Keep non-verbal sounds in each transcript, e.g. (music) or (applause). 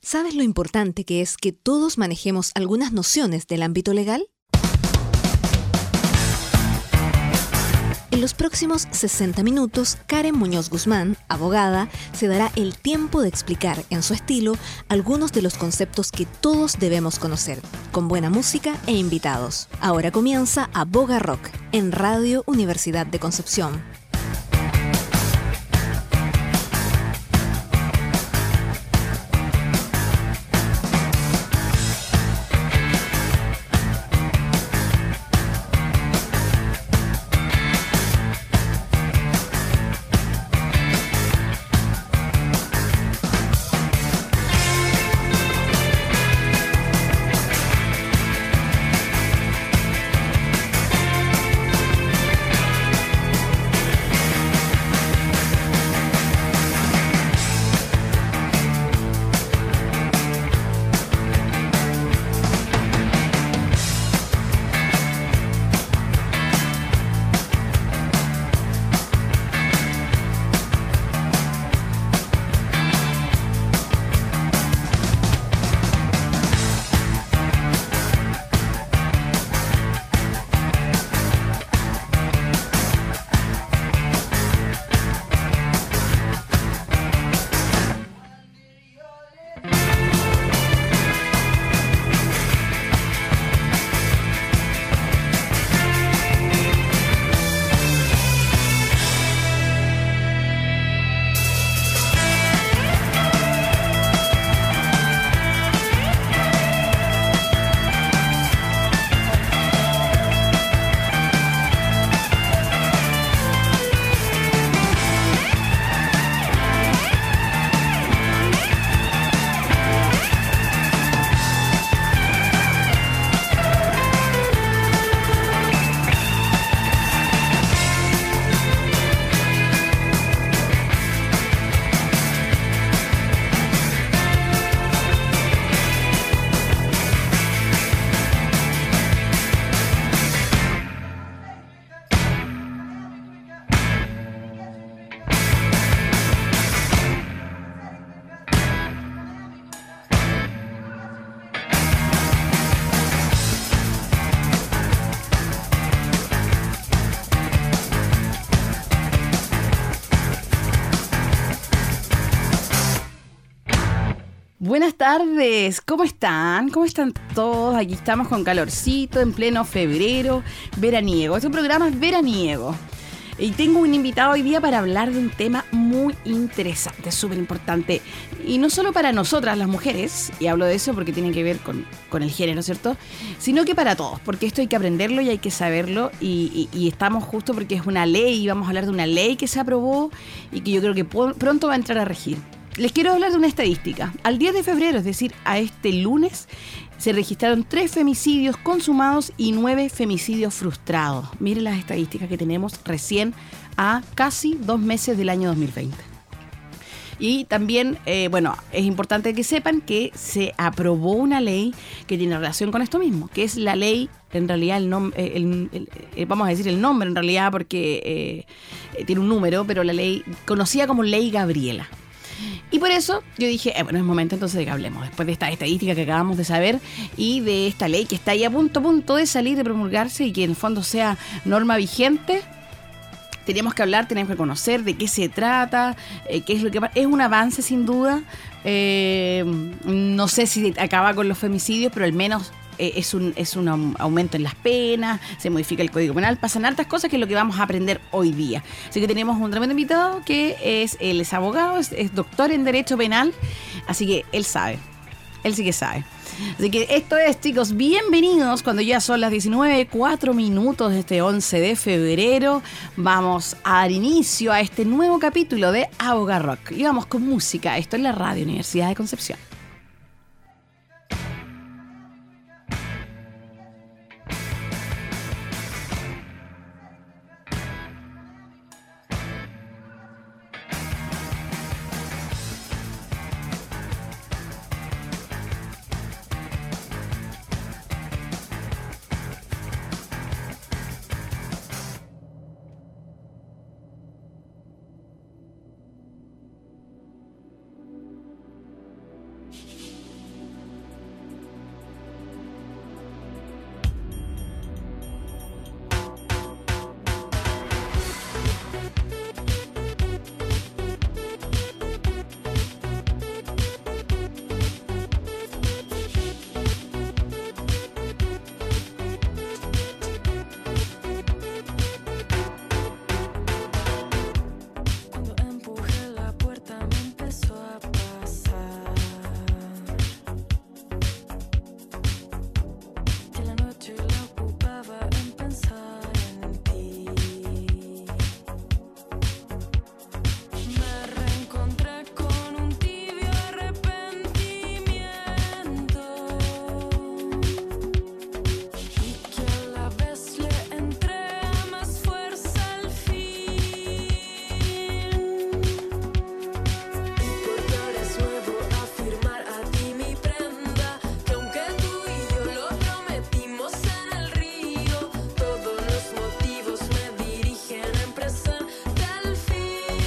¿Sabes lo importante que es que todos manejemos algunas nociones del ámbito legal? En los próximos 60 minutos, Karen Muñoz Guzmán, abogada, se dará el tiempo de explicar en su estilo algunos de los conceptos que todos debemos conocer, con buena música e invitados. Ahora comienza Aboga Rock en Radio Universidad de Concepción. Buenas tardes, ¿cómo están? ¿Cómo están todos? Aquí estamos con calorcito en pleno febrero, veraniego. Este programa es veraniego. Y tengo un invitado hoy día para hablar de un tema muy interesante, súper importante. Y no solo para nosotras las mujeres, y hablo de eso porque tiene que ver con, con el género, ¿cierto? Sino que para todos, porque esto hay que aprenderlo y hay que saberlo. Y, y- y estamos justo porque es una ley, y vamos a hablar de una ley que se aprobó y que yo creo que po- pronto va a entrar a regir. Les quiero hablar de una estadística. Al 10 de febrero, es decir, a este lunes, se registraron tres femicidios consumados y nueve femicidios frustrados. Miren las estadísticas que tenemos recién a casi dos meses del año 2020. Y también, eh, bueno, es importante que sepan que se aprobó una ley que tiene relación con esto mismo, que es la ley, en realidad, el nom- eh, el- el- eh, vamos a decir el nombre en realidad porque eh, eh, tiene un número, pero la ley conocida como Ley Gabriela. Y por eso yo dije, eh, bueno, es momento entonces de que hablemos, después de esta estadística que acabamos de saber y de esta ley que está ahí a punto, a punto de salir, de promulgarse y que en el fondo sea norma vigente, tenemos que hablar, tenemos que conocer de qué se trata, eh, qué es lo que pa- es un avance sin duda. Eh, no sé si acaba con los femicidios, pero al menos eh, es un es un aum- aumento en las penas, se modifica el código penal, pasan hartas cosas que es lo que vamos a aprender hoy día. Así que tenemos un tremendo invitado que es él es abogado, es, es doctor en derecho penal, así que él sabe, él sí que sabe. Así que esto es, chicos, bienvenidos cuando ya son las 19, 4 minutos de este 11 de febrero. Vamos a dar inicio a este nuevo capítulo de Aboga Rock. Y vamos con música. Esto es la Radio Universidad de Concepción. Cuando empujé la puerta me empezó a pasar Que la noche la ocupaba en pensar en ti Me reencontré con un tibio arrepentimiento y que a la vez le entrega más fuerza al fin. Porque ahora es nuevo afirmar a ti mi prenda, que aunque tú y yo lo prometimos en el río, todos los motivos me dirigen en presente al fin.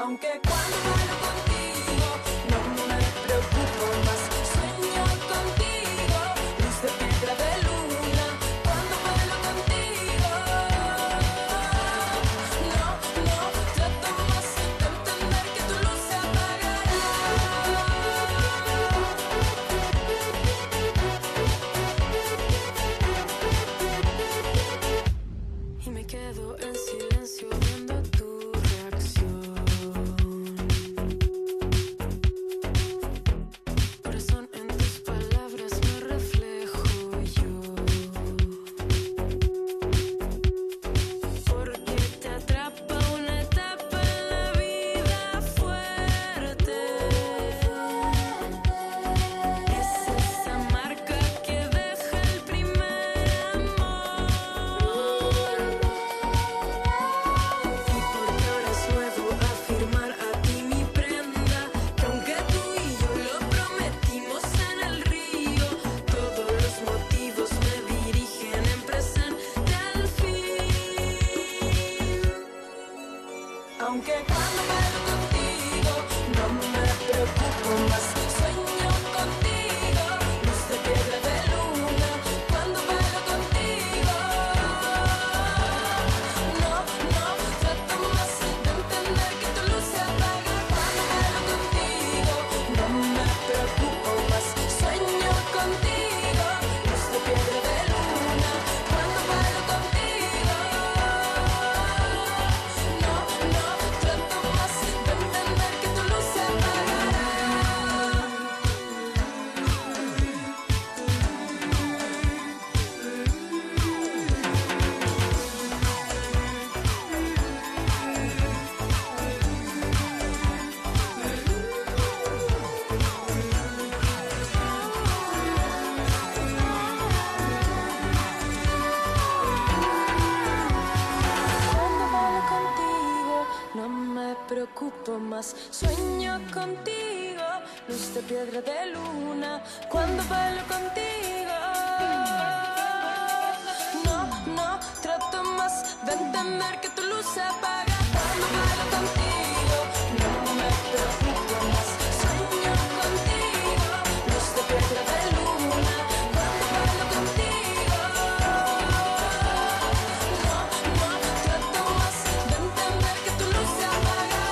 Aunque cuando vuelo contigo no me preocupo más, sueño contigo, luz de piedra de luna, cuando vuelo contigo No, no, trato más de entender que tu luz se apagará Y me quedo en silencio viendo tu reacción Corazón en tus palabras me reflejo yo Porque te atrapa una etapa en la vida fuerte Es esa marca que deja el primer amor y porque ahora es nuevo afirmar a ti mi prenda, que aunque tú y yo lo prometimos en el río, todos los motivos me dirigen en presente al fin. Aunque cuando vuelo contigo no me preocupo más, sueño contigo, luz de piedra de luna, cuando vuelo contigo No, no, trato más de entender que tu luz se apaga cuando vuelo contigo No me preocupo más, sueño contigo, luz de piedra de luna, cuando vuelo contigo no, no, trato más de entender que tu luz se apagará. Cuando vuelo contigo, no me preocupo más. Sueño contigo, luz de piedra de luna. Cuando vuelo contigo, no, no trato más de entender que tu luz se apaga. Cuando vuelo contigo, no me preocupo más. Sueño contigo, luz de piedra de luna. Cuando vuelo contigo. No, no, trato más de entender que tu luz se apagará.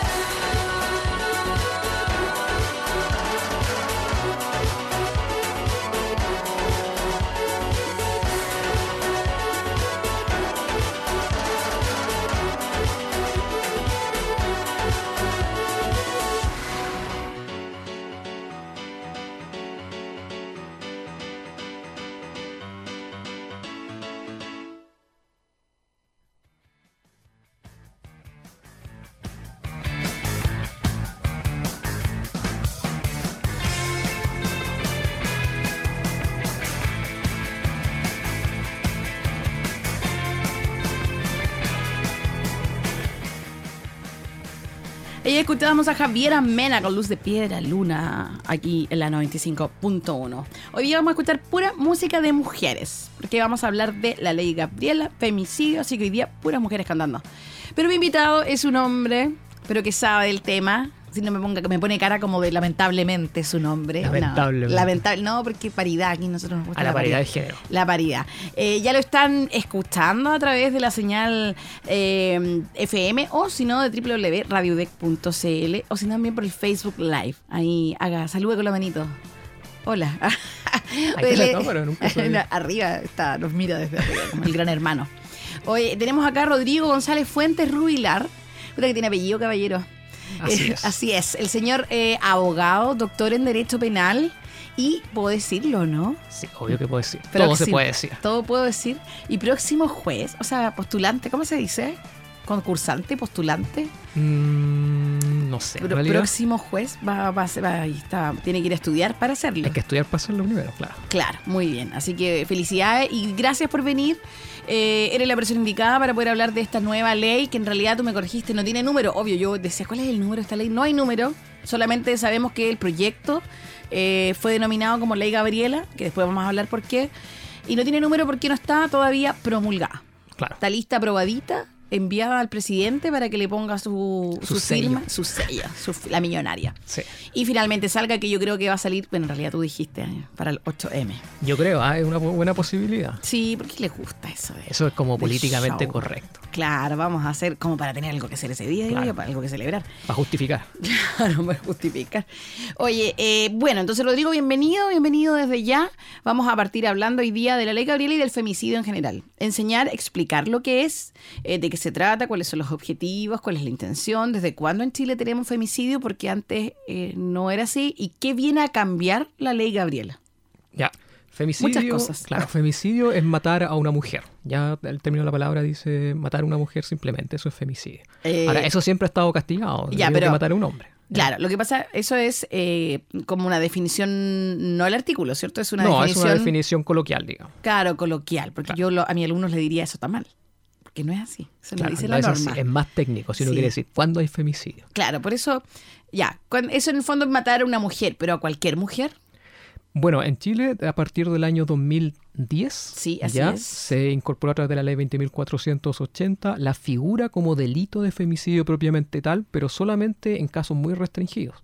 Y escuchábamos a Javiera Mena con Luz de Piedra Luna aquí en la 95.1. Hoy día vamos a escuchar pura música de mujeres, porque vamos a hablar de la ley Gabriela, femicidio, así que hoy día puras mujeres cantando. Pero mi invitado es un hombre, pero que sabe del tema. Si no me ponga, me pone cara como de lamentablemente su nombre. No, Lamentablemente. lamentable, no, porque paridad aquí nosotros nos gusta. A la paridad de género. La paridad. Eh, ya lo están escuchando a través de la señal eh, FM o si no de www.radiodec.cl o si no también por el Facebook Live. Ahí haga, salude con la manito. Hola. (laughs) Ahí está la Oye, cámara, (laughs) nunca se ve. arriba está, nos mira desde arriba, como (laughs) el gran hermano. Oye, tenemos acá a Rodrigo González Fuentes Rubilar, puta que tiene apellido caballero. Así Eh, es. así es, el señor eh, abogado, doctor en Derecho Penal y, puedo decirlo, ¿no? Sí, obvio que puedo decir. Pero Todo sí, se puede decir. Todo puedo decir. Y próximo juez, o sea, postulante, ¿cómo se dice? Concursante, postulante. Mm, no sé. en Pro- realidad, próximo juez va, va, a ser- va- ahí está, tiene que ir a estudiar para hacerlo. hay que estudiar para hacerlo primero, claro. Claro, muy bien. Así que felicidades y gracias por venir. Eh, eres la persona indicada para poder hablar de esta nueva ley que en realidad tú me corregiste, no tiene número. Obvio, yo decía, ¿cuál es el número de esta ley? No hay número, solamente sabemos que el proyecto eh, fue denominado como Ley Gabriela, que después vamos a hablar por qué, y no tiene número porque no está todavía promulgada. Claro. Está lista aprobadita, enviada al presidente para que le ponga su, Su su sello. firma, su sello, su fi- la millonaria. Sí. Y finalmente salga que yo creo que va a salir, bueno, en realidad tú dijiste, eh, para el 8M. Yo creo, ah, es una bu- buena posibilidad. Sí, porque les gusta eso. de- Eso es como del políticamente show. correcto. Claro, vamos a hacer como para tener algo que hacer ese día, digo Claro. yo, para algo que celebrar. Para justificar. (laughs) Claro, para justificar. Oye, eh, bueno, entonces Rodrigo, bienvenido, bienvenido desde ya. Vamos a partir hablando hoy día de la ley Gabriela y del femicidio en general. Enseñar, explicar lo que es, eh, de qué se trata, cuáles son los objetivos, cuál es la intención, desde cuándo en Chile tenemos femicidio, porque antes eh, no era así, y qué viene a cambiar la ley Gabriela. Ya. Femicidio, Muchas cosas. Claro, femicidio es matar a una mujer. Ya el término de la palabra dice matar a una mujer simplemente, eso es femicidio. Eh, Ahora, eso siempre ha estado castigado. ya, digo pero- que matar a un hombre. Claro, lo que pasa, eso es eh, como una definición, no el artículo, ¿cierto? Es una no, definición. es una definición coloquial, digamos. Claro, coloquial, porque yo lo- a mis alumnos le diría eso está mal, porque no es así, se lo Claro, dice no la es, así, norma. es más técnico, si uno Sí. quiere decir, ¿cuándo hay femicidio? Claro, por eso, ya, cuan- eso en el fondo es matar a una mujer, pero a cualquier mujer, Bueno, en Chile, a partir del año 2010, Sí, así ya es. se incorporó a través de la ley 20.480 la figura como delito de femicidio propiamente tal, pero solamente en casos muy restringidos,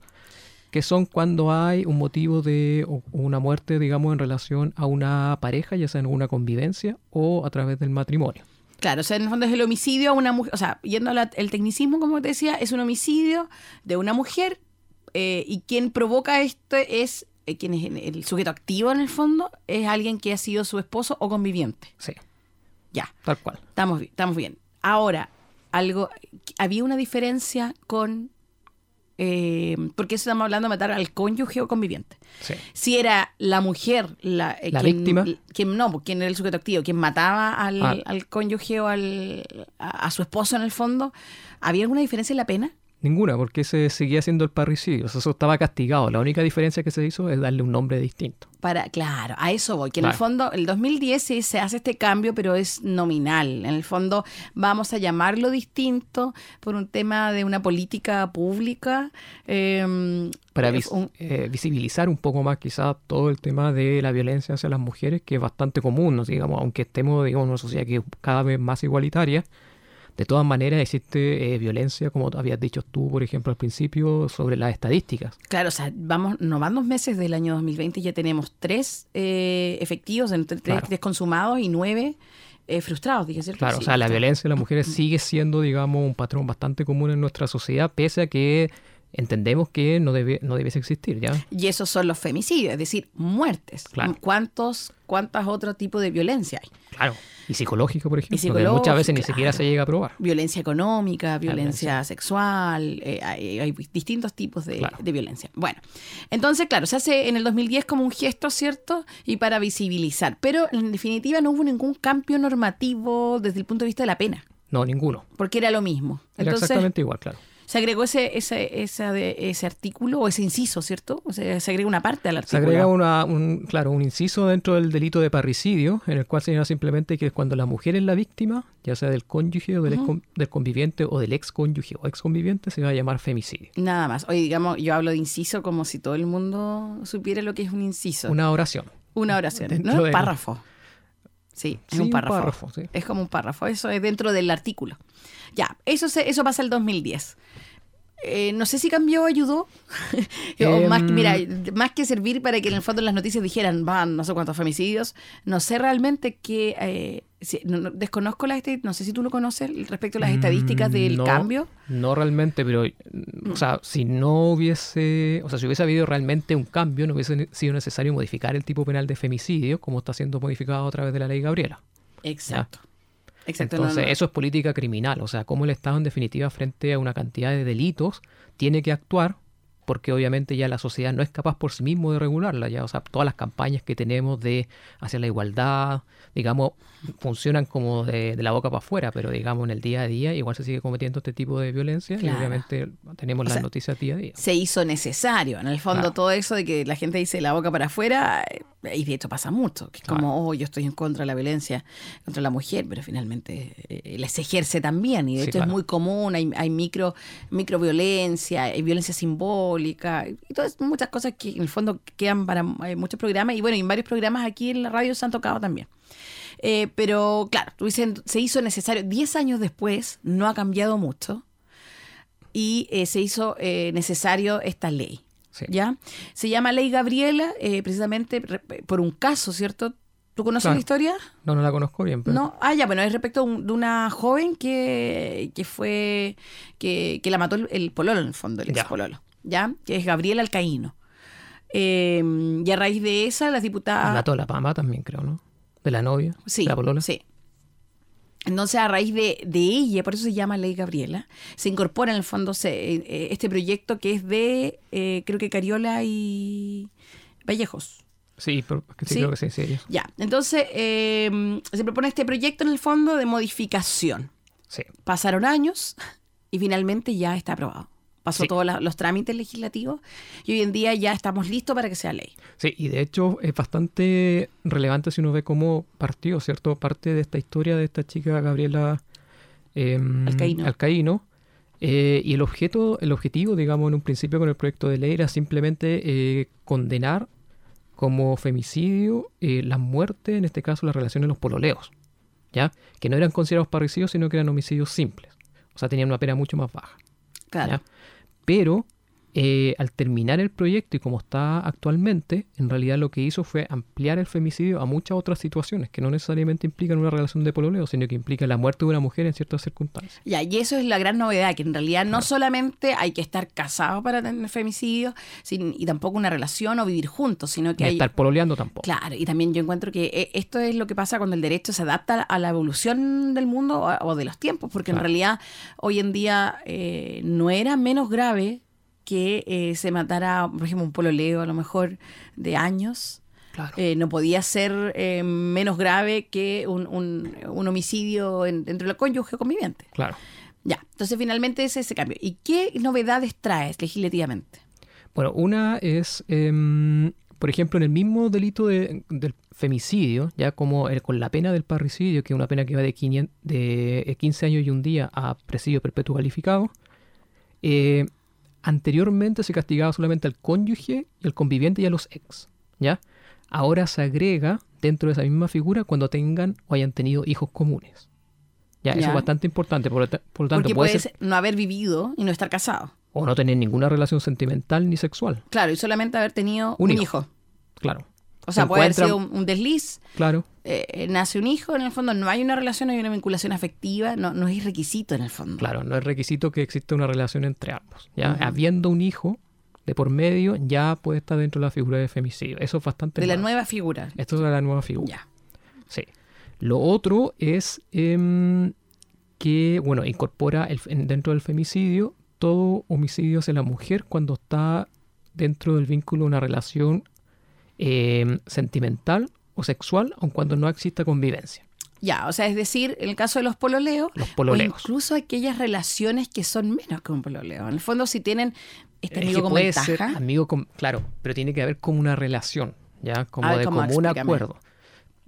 que son cuando hay un motivo de o- una muerte, digamos, en relación a una pareja, ya sea en una convivencia o a través del matrimonio. claro, o sea, en el fondo es el homicidio a una mujer, o sea, yendo al tecnicismo, como te decía, es un homicidio de una mujer eh, y quien provoca esto es, eh, quien es el- el sujeto activo en el fondo, es alguien que ha sido su esposo o conviviente, Sí, ya. tal cual. Estamos, bi- estamos bien. Ahora, algo había una diferencia con. eh, porque eso estamos hablando de matar al cónyuge o conviviente. Sí. Si era la mujer la, eh, La víctima. Quien, no, pues, quien era el sujeto activo, quien mataba al, Ah. al cónyuge o al, a, a su esposo en el fondo, ¿había alguna diferencia en la pena? Ninguna, porque se seguía haciendo el parricidio, o sea, eso estaba castigado. La única diferencia que se hizo es darle un nombre distinto. Para, claro, a eso voy, que en el Claro. fondo, el 2010 sí se hace este cambio, pero es nominal. En el fondo, vamos a llamarlo distinto por un tema de una política pública. eh, para es vis- un- eh, visibilizar un poco más quizás todo el tema de la violencia hacia las mujeres, que es bastante común, ¿no? digamos, aunque estemos digamos, en una sociedad que es cada vez más igualitaria, de todas maneras existe eh, violencia, como habías dicho tú, por ejemplo, al principio, sobre las estadísticas. Claro, o sea, vamos, nos van dos meses del año 2020 y ya tenemos tres eh, efectivos, en- tres Claro. desconsumados y nueve eh, frustrados, dije, ¿cierto? Claro, Sí, o sea, la está. violencia de las mujeres sigue siendo, digamos, un patrón bastante común en nuestra sociedad, pese a que entendemos que no, debe, no debiese existir, ¿ya? Y esos son los femicidios, es decir, muertes. Claro. ¿Cuántos, ¿Cuántas otro tipo de violencia hay? Claro. Y psicológica, por ejemplo, que psicológica, muchas veces ni siquiera claro. se llega a probar. violencia económica, violencia violencia. sexual, eh, hay, hay distintos tipos de, Claro. de violencia. Bueno, entonces, claro, se hace en el 2010 como un gesto, ¿cierto? Y para visibilizar, pero en definitiva no hubo ningún cambio normativo desde el punto de vista de la pena, No, ninguno. porque era lo mismo. Era Entonces, exactamente igual, claro. Se agregó ese, ese, esa de- ese artículo o ese inciso, ¿cierto? O sea, se agrega una parte al Se artículo. agrega una, un, claro, un inciso dentro del delito de parricidio, en el cual señala simplemente que cuando la mujer es la víctima, ya sea del cónyuge o del, ex con- del conviviente o del ex cónyuge o ex conviviente, se va a llamar femicidio. Nada más. Oye, digamos, yo hablo de inciso como si todo el mundo supiera lo que es un inciso. Una oración. Una oración. No Dentro es del- un párrafo. Sí, es Sí, un párrafo. sí. Es como un párrafo. Eso es dentro del artículo. Ya, eso, se- eso pasa el 2010. Eh, no sé si cambió, ayudó. (laughs) O más, que- Em. mira, más que servir para que en el fondo las noticias dijeran, van, no sé cuántos femicidios. No sé realmente qué. eh, si- no- no- desconozco las estadísticas. No sé si tú lo conoces respecto a las estadísticas del Mm, No, cambio. No realmente, pero, mm, o sea, si no hubiese, o sea, si hubiese habido realmente un cambio, no hubiese ne- sido necesario modificar el tipo penal de femicidio, como está siendo modificado a través de la ley Gabriela. Exacto. Exacto. no, Entonces, no. eso es política criminal, o sea, cómo el Estado en definitiva frente a una cantidad de delitos tiene que actuar porque obviamente ya la sociedad no es capaz por sí mismo de regularla, ya, o sea, todas las campañas que tenemos de hacia la igualdad, digamos, funcionan como de, de la boca para afuera, pero digamos en el día a día igual se sigue cometiendo este tipo de violencia y Claro. obviamente tenemos O las sea, noticias día a día. se hizo necesario. En el fondo, Claro. todo eso de que la gente dice la boca para afuera, eh, y de hecho pasa mucho, que es como, oh, yo estoy en contra de la violencia contra la mujer, pero finalmente eh, la- se ejerce también, y de Sí, hecho claro. es muy común, hay, hay micro, microviolencia, hay violencia simbólica, y todas muchas cosas que en el fondo quedan para eh, muchos programas, y bueno, y en varios programas aquí en la radio se han tocado también. Eh, pero claro, tú dices, se hizo necesario. Diez años después no ha cambiado mucho y eh, se hizo eh, necesario esta ley. Sí. ¿Ya? Se llama Ley Gabriela, eh, precisamente re- por un caso, ¿cierto? ¿Tú conoces Claro. la historia? No, no la conozco bien, pero No. Ah, ya, bueno, es respecto a un- de una joven que, que fue. Que, que la mató el, el pololo, en el fondo, el Ya. ex pololo. ¿Ya? Que es Gabriela Alcaíno. Eh, y a raíz de esa, las diputadas. mató a la Pama también, creo, ¿no? De la novia, ah. Sí. de la polola. Sí. Entonces, a raíz de, de ella, por eso se llama Ley Gabriela, se incorpora en el fondo se- eh, eh, este proyecto que es de, eh, creo que Cariola y Vallejos. Sí, pero- es que sí, Sí. creo que sí, sí, ellos. Ya, entonces eh, se propone este proyecto en el fondo de modificación. Sí. Pasaron años y finalmente ya está aprobado. Pasó Sí. todos la- los trámites legislativos y hoy en día ya estamos listos para que sea ley. Sí, y de hecho es bastante relevante si uno ve cómo partió, ¿cierto? Parte de esta historia de esta chica Gabriela eh, Alcaíno. Alcaíno. Eh, y el objeto, el objetivo, digamos, en un principio con el proyecto de ley era simplemente eh, condenar como femicidio eh, la muerte, en este caso la relación de los pololeos, ¿ya? Que no eran considerados parricidios, sino que eran homicidios simples. O sea, tenían una pena mucho más baja. Claro. ¿ya? Pero eh, al terminar el proyecto y como está actualmente, en realidad lo que hizo fue ampliar el femicidio a muchas otras situaciones que no necesariamente implican una relación de pololeo, sino que implica la muerte de una mujer en ciertas circunstancias. Ya, y eso es la gran novedad, que en realidad no solamente hay que estar casado para tener femicidio, sin- y tampoco una relación o vivir juntos, sino que Ni hay... estar pololeando tampoco. Claro, y también yo encuentro que eh, esto es lo que pasa cuando el derecho se adapta a la evolución del mundo o- o de los tiempos, porque en Claro. realidad hoy en día eh, no era menos grave que eh, se matara, por ejemplo, un pololeo a lo mejor de años. Claro. Eh, no podía ser eh, menos grave que un, un- un homicidio en- entre los cónyuge conviviente. Claro. Ya, entonces finalmente es ese cambio. ¿Y qué novedades traes legislativamente? Bueno, una es, em, por ejemplo, en el mismo delito de- del femicidio, ya como el- con la pena del parricidio, que es una pena que va de, 500 de eh, 15 años y un día a presidio perpetuo calificado, eh, anteriormente se castigaba solamente al cónyuge, al conviviente y a los ex, ¿ya? Ahora se agrega dentro de esa misma figura cuando tengan o hayan tenido hijos comunes. Ya, eso Ya. es bastante importante, por lo, ta- por lo tanto Porque puede puedes ser- no haber vivido y no estar casado. o no tener ninguna relación sentimental ni sexual, Claro, y solamente haber tenido Un un, hijo. hijo. claro. O Se sea, puede haber encuentran- sido un, un desliz. Claro. eh, eh, nace un hijo, en el fondo no hay una relación, no hay una vinculación afectiva, no, no es requisito en el fondo. Claro, no es requisito que exista una relación entre ambos. ¿ya? Habiendo un hijo de por medio, ya puede estar dentro de la figura de femicidio. Eso es bastante De la nuevo. nueva figura. Esto es de la nueva figura. Ya. Sí. Lo otro es em, que, bueno, incorpora el- en- dentro del femicidio todo homicidio hacia la mujer cuando está dentro del vínculo de una relación em, sentimental o sexual, aun cuando no exista convivencia. Ya, o sea, es decir, en el caso de los pololeos, Los o pololeos. incluso aquellas relaciones que son menos que un pololeo. En el fondo, si tienen este Es amigo que como puede ventaja, ser amigo con- claro, pero tiene que haber como una relación, ¿ya? Como ver, de ¿cómo? común Explícame. acuerdo.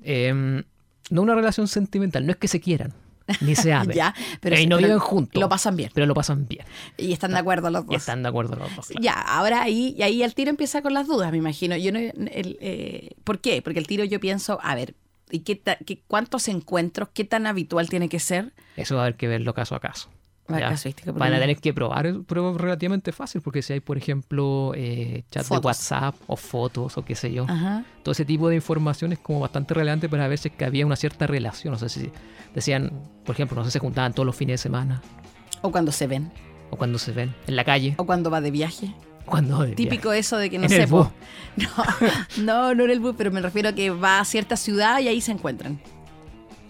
Em, no una relación sentimental, no es que se quieran, ni (laughs) se amen. Ya, pero Eh, sí, no pero viven juntos. lo pasan bien. Pero lo pasan bien. y están de acuerdo los Y dos. están de acuerdo los dos. claro. Ya, ahora ahí, y ahí el tiro empieza con las dudas, me imagino. Yo no, el, eh, ¿Por qué? Porque el tiro yo pienso, a ver, ¿y qué, ta- qué- ¿cuántos encuentros, qué tan habitual tiene que ser? Eso va a haber que verlo caso a caso. Va a ¿ya? casuística, por Van a lo tener que probar, es- pero relativamente fácil, porque si hay, por ejemplo, eh, chat Fotos. de WhatsApp o fotos o qué sé yo, Ajá. todo ese tipo de información es como bastante relevante para ver si es que había una cierta relación. O sea, si decían, por ejemplo, no sé, se juntaban todos los fines de semana O cuando se ven, o cuando se ven en la calle, (laughs) o cuando va de viaje. cuando de Típico viaje. eso de que no En sé. el bus. po- (laughs) No, no, no en el bus, pero me refiero a que va a cierta ciudad y ahí se encuentran.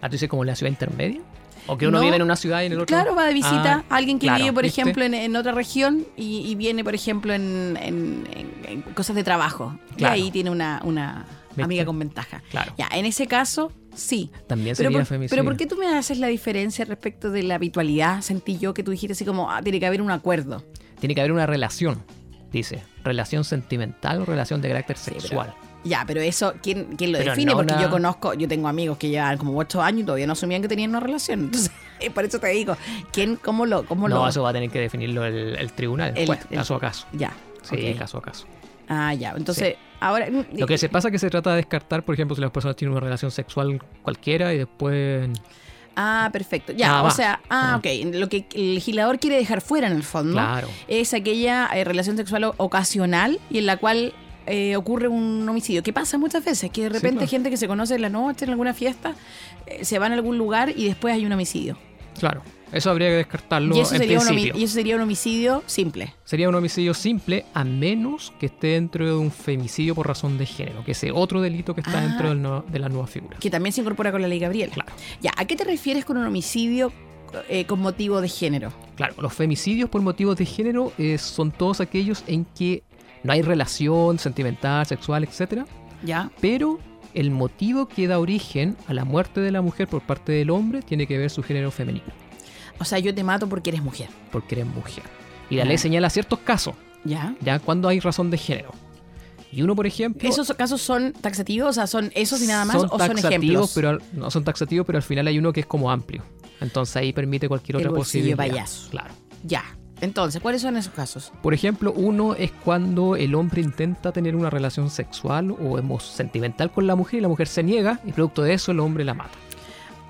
Ah, tú dices como la ciudad intermedia. O que uno No. vive en una ciudad y en el otro. Claro, va de visita Ah, a alguien que claro, vive, por ¿viste? ejemplo, en, en otra región y, y viene, por ejemplo, en, en- en- en cosas de trabajo. Claro. Y ahí tiene una, una ¿Viste? amiga con ventaja. Claro. Ya, en ese caso, sí. También Pero sería por, femicidio. pero ¿por qué tú me haces la diferencia respecto de la habitualidad? Sentí yo que tú dijiste así como, ah, tiene que haber un acuerdo. Tiene que haber una relación, dice. Relación sentimental o relación de carácter sexual. Ya, pero eso, ¿quién, quién lo Pero define? no Porque una- yo conozco, yo tengo amigos que llevan como 8 años y todavía no asumían que tenían una relación. (laughs) Entonces, por eso te digo, ¿quién, cómo lo, cómo no, lo- eso va a tener que definirlo el, el tribunal, el El- juez, el- caso a caso. Ya. Sí, ok. caso a caso. Ah, ya. Entonces, ahora. mm, Lo que se pasa es que se trata de descartar, por ejemplo, si las personas tienen una relación sexual cualquiera y después... Ah, perfecto. Ya, Nada o más. sea, ah, Ah. ok. Lo que el legislador quiere dejar fuera en el fondo Claro. es aquella eh, relación sexual o- ocasional y en la cual eh, ocurre un homicidio. Que pasa muchas veces, que de Sí, repente claro. gente que se conoce en la noche, en alguna fiesta, eh, se va a algún lugar y después hay un homicidio. Claro, eso habría que descartarlo y, eso en sería un homi- principio. y eso sería un homicidio simple. Sería un homicidio simple a menos que esté dentro de un femicidio por razón de género, que es otro delito que está Ah. dentro del no- de la nueva figura. Que también se incorpora con la ley Gabriela. Claro. Ya, ¿a qué te refieres con un homicidio eh, con motivo de género? Claro, los femicidios por motivos de género eh, son todos aquellos en que no hay relación sentimental, sexual, etcétera, Ya. pero el motivo que da origen a la muerte de la mujer por parte del hombre tiene que ver su género femenino, O sea, yo te mato porque eres mujer. porque eres mujer. Y la ley señala ciertos casos, Ya. ya cuando hay razón de género. Y uno, por ejemplo, ¿Esos casos son taxativos? O sea, ¿son esos y nada más? son ¿O son taxativos, ejemplos? pero al- no son taxativos, pero al final hay uno que es como amplio. Entonces ahí permite cualquier El otra bolsillo posibilidad. payaso. Claro. Ya. Entonces, ¿cuáles son esos casos? Por ejemplo, uno es cuando el hombre intenta tener una relación sexual o emo- sentimental con la mujer y la mujer se niega y producto de eso el hombre la mata.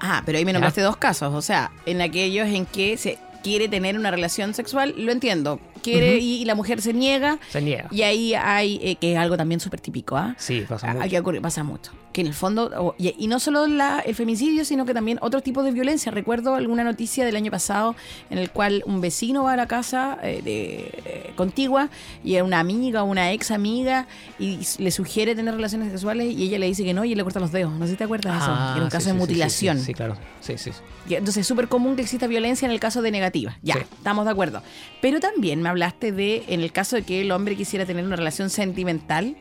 Ah, pero ahí me Ya. nombraste dos casos. O sea, en aquellos en que se quiere tener una relación sexual, lo entiendo. Quiere Ujú. y, y la mujer se niega. Se niega. Y ahí hay, eh, que es algo también súper típico, ¿ah? Sí, pasa Ah, mucho. Aquí ocurre, pasa mucho. Que en el fondo, o- y, y no solo la- el femicidio, sino que también otro tipo de violencia. Recuerdo alguna noticia del año pasado en el cual un vecino va a la casa eh, de, eh, contigua y era una amiga o una ex amiga y s- le sugiere tener relaciones sexuales y ella le dice que no y le corta los dedos. No sé si te acuerdas de eso. Ah, Era un caso sí, de sí, sí, mutilación. Sí, sí, claro. Sí, sí. sí. Y Entonces es súper común que exista violencia en el caso de negativa. Ya, Sí. estamos de acuerdo. Pero también me hablaste de, en el caso de que el hombre quisiera tener una relación sentimental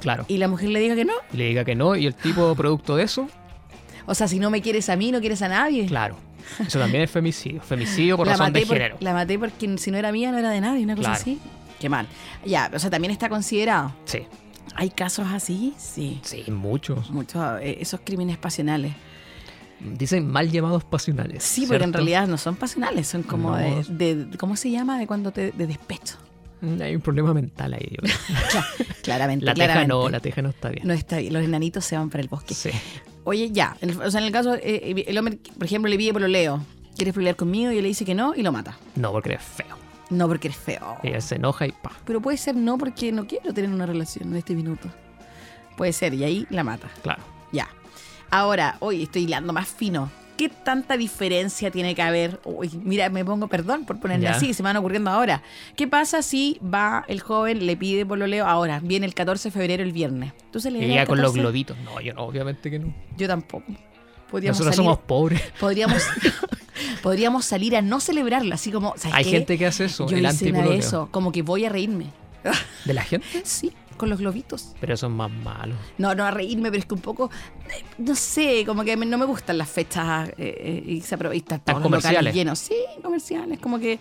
Claro. y la mujer le diga que no. Y le diga que no y el tipo producto de eso, O sea, si no me quieres a mí, no quieres a nadie. claro. Eso también es femicidio. Femicidio por la, razón maté de por- género. la maté porque si no era mía, no era de nadie, una cosa Claro. así. Qué mal. Ya, o sea, también está considerado. Sí, ¿Hay casos así? Sí. sí, muchos. Muchos, eh, esos crímenes pasionales. Dicen mal llamados pasionales. Sí, porque en ¿cierto? realidad no son pasionales, son como No. de, de- ¿Cómo se llama? De cuando te. de despecho. Mm, Hay un problema mental ahí. yo creo. (laughs) (laughs) Claramente. la teja claramente. no, la teja no está bien. No está bien, los enanitos se van para el bosque. Sí. Oye, ya. en el- o sea, en el caso, eh, el hombre, por ejemplo, le pide pololeo. ¿Quieres pelear conmigo? Y él le dice que no y lo mata. No, porque es feo. No, porque eres feo. Ella se enoja y pa. Pero puede ser no porque no quiero tener una relación en este minuto. Puede ser, y ahí la mata. Claro. Ya. Ahora, hoy estoy hilando más fino. ¿Qué tanta diferencia tiene que haber? Uy, mira, me pongo perdón por ponerme Ya. así, se me van ocurriendo ahora. ¿Qué pasa si va el joven, le pide pololeo ahora? Viene el 14 de febrero, el viernes. ¿Tú se le das Ella el con los 14? globitos. No, yo no, obviamente que no. Yo tampoco. Podríamos Nosotros salir, somos pobres. (laughs) podríamos, podríamos salir a no celebrarla, así como. ¿sabes Hay qué? gente que hace eso, Yo el hice una de antipololeo. eso, como que voy a reírme. ¿De la gente? (laughs) Sí, con los globitos. Pero eso es más malo. No, no a reírme, pero es que un poco, eh, no sé, como que me- no me gustan las fechas eh, eh, y se aprovechan Tan todos los locales comerciales. llenos. Sí, comerciales, como que,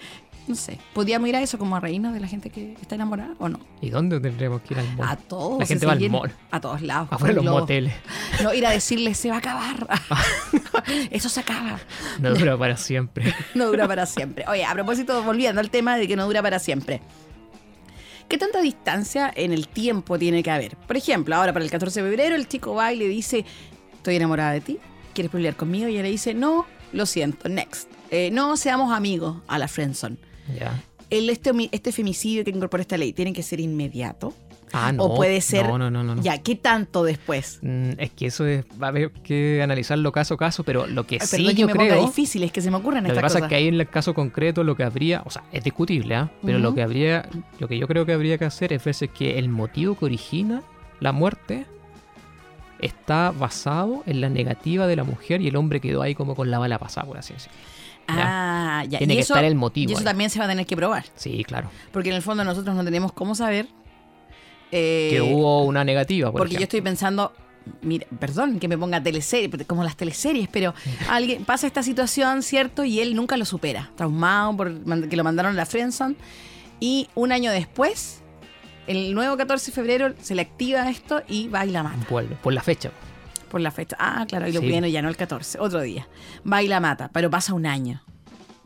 no sé, podíamos ir a eso como a reírnos de la gente que está enamorada o no. ¿Y dónde tendríamos que ir al mall? A todos. La gente ese va al lleno- mall. A todos lados. Afuera de con los globos. moteles. Ah. No, ir a decirle, se va a acabar. (laughs) Eso se acaba. No (laughs) dura para siempre. No dura para siempre. Oye, a propósito, volviendo al tema de que no dura para siempre. ¿Qué tanta distancia en el tiempo tiene que haber? Por ejemplo, ahora para el 14 de febrero el chico va y le dice, estoy enamorada de ti, ¿quieres pelear conmigo? Y ella le dice, no, lo siento, next. Eh, no seamos amigos a la friendzone. Ya. El, este, homi- este femicidio que incorpora esta ley tiene que ser inmediato. Ah, no. o puede ser... No, no, no, no. no. Ya, ¿qué tanto después? Mm, Es que eso es, va a haber que analizarlo caso a caso, pero lo que Ay, Eh, sí perdón que yo me ponga creo. difícil, es que se me ocurren Lo que estas pasa es cosas. que ahí en el caso concreto lo que habría, o sea, es discutible, ¿ah? pero lo Ujú. que habría, lo que yo creo que habría que hacer es ver si es que el motivo que origina la muerte está basado en la negativa de la mujer y el hombre quedó ahí como con la bala pasada, por así decirlo. Ah, ya. Tiene y que eso- estar el motivo eh. Y eso ahí. también se va a tener que probar. Sí, claro. Porque en el fondo nosotros no tenemos cómo saber. eh, que hubo una negativa, por porque yo ejemplo. estoy pensando. Mira, perdón que me ponga teleserie, pero como las teleseries, (laughs) pero alguien pasa esta situación, ¿cierto? Y él nunca lo supera. Traumado por man- que lo mandaron a la Friendzone. Y un año después, el nuevo 14 de febrero, se le activa esto y va y la mata Vuelve, por la fecha. por la fecha. Ah, claro, y lo Sí. pidieron ya no el 14, otro día. Va y la mata, pero pasa un año.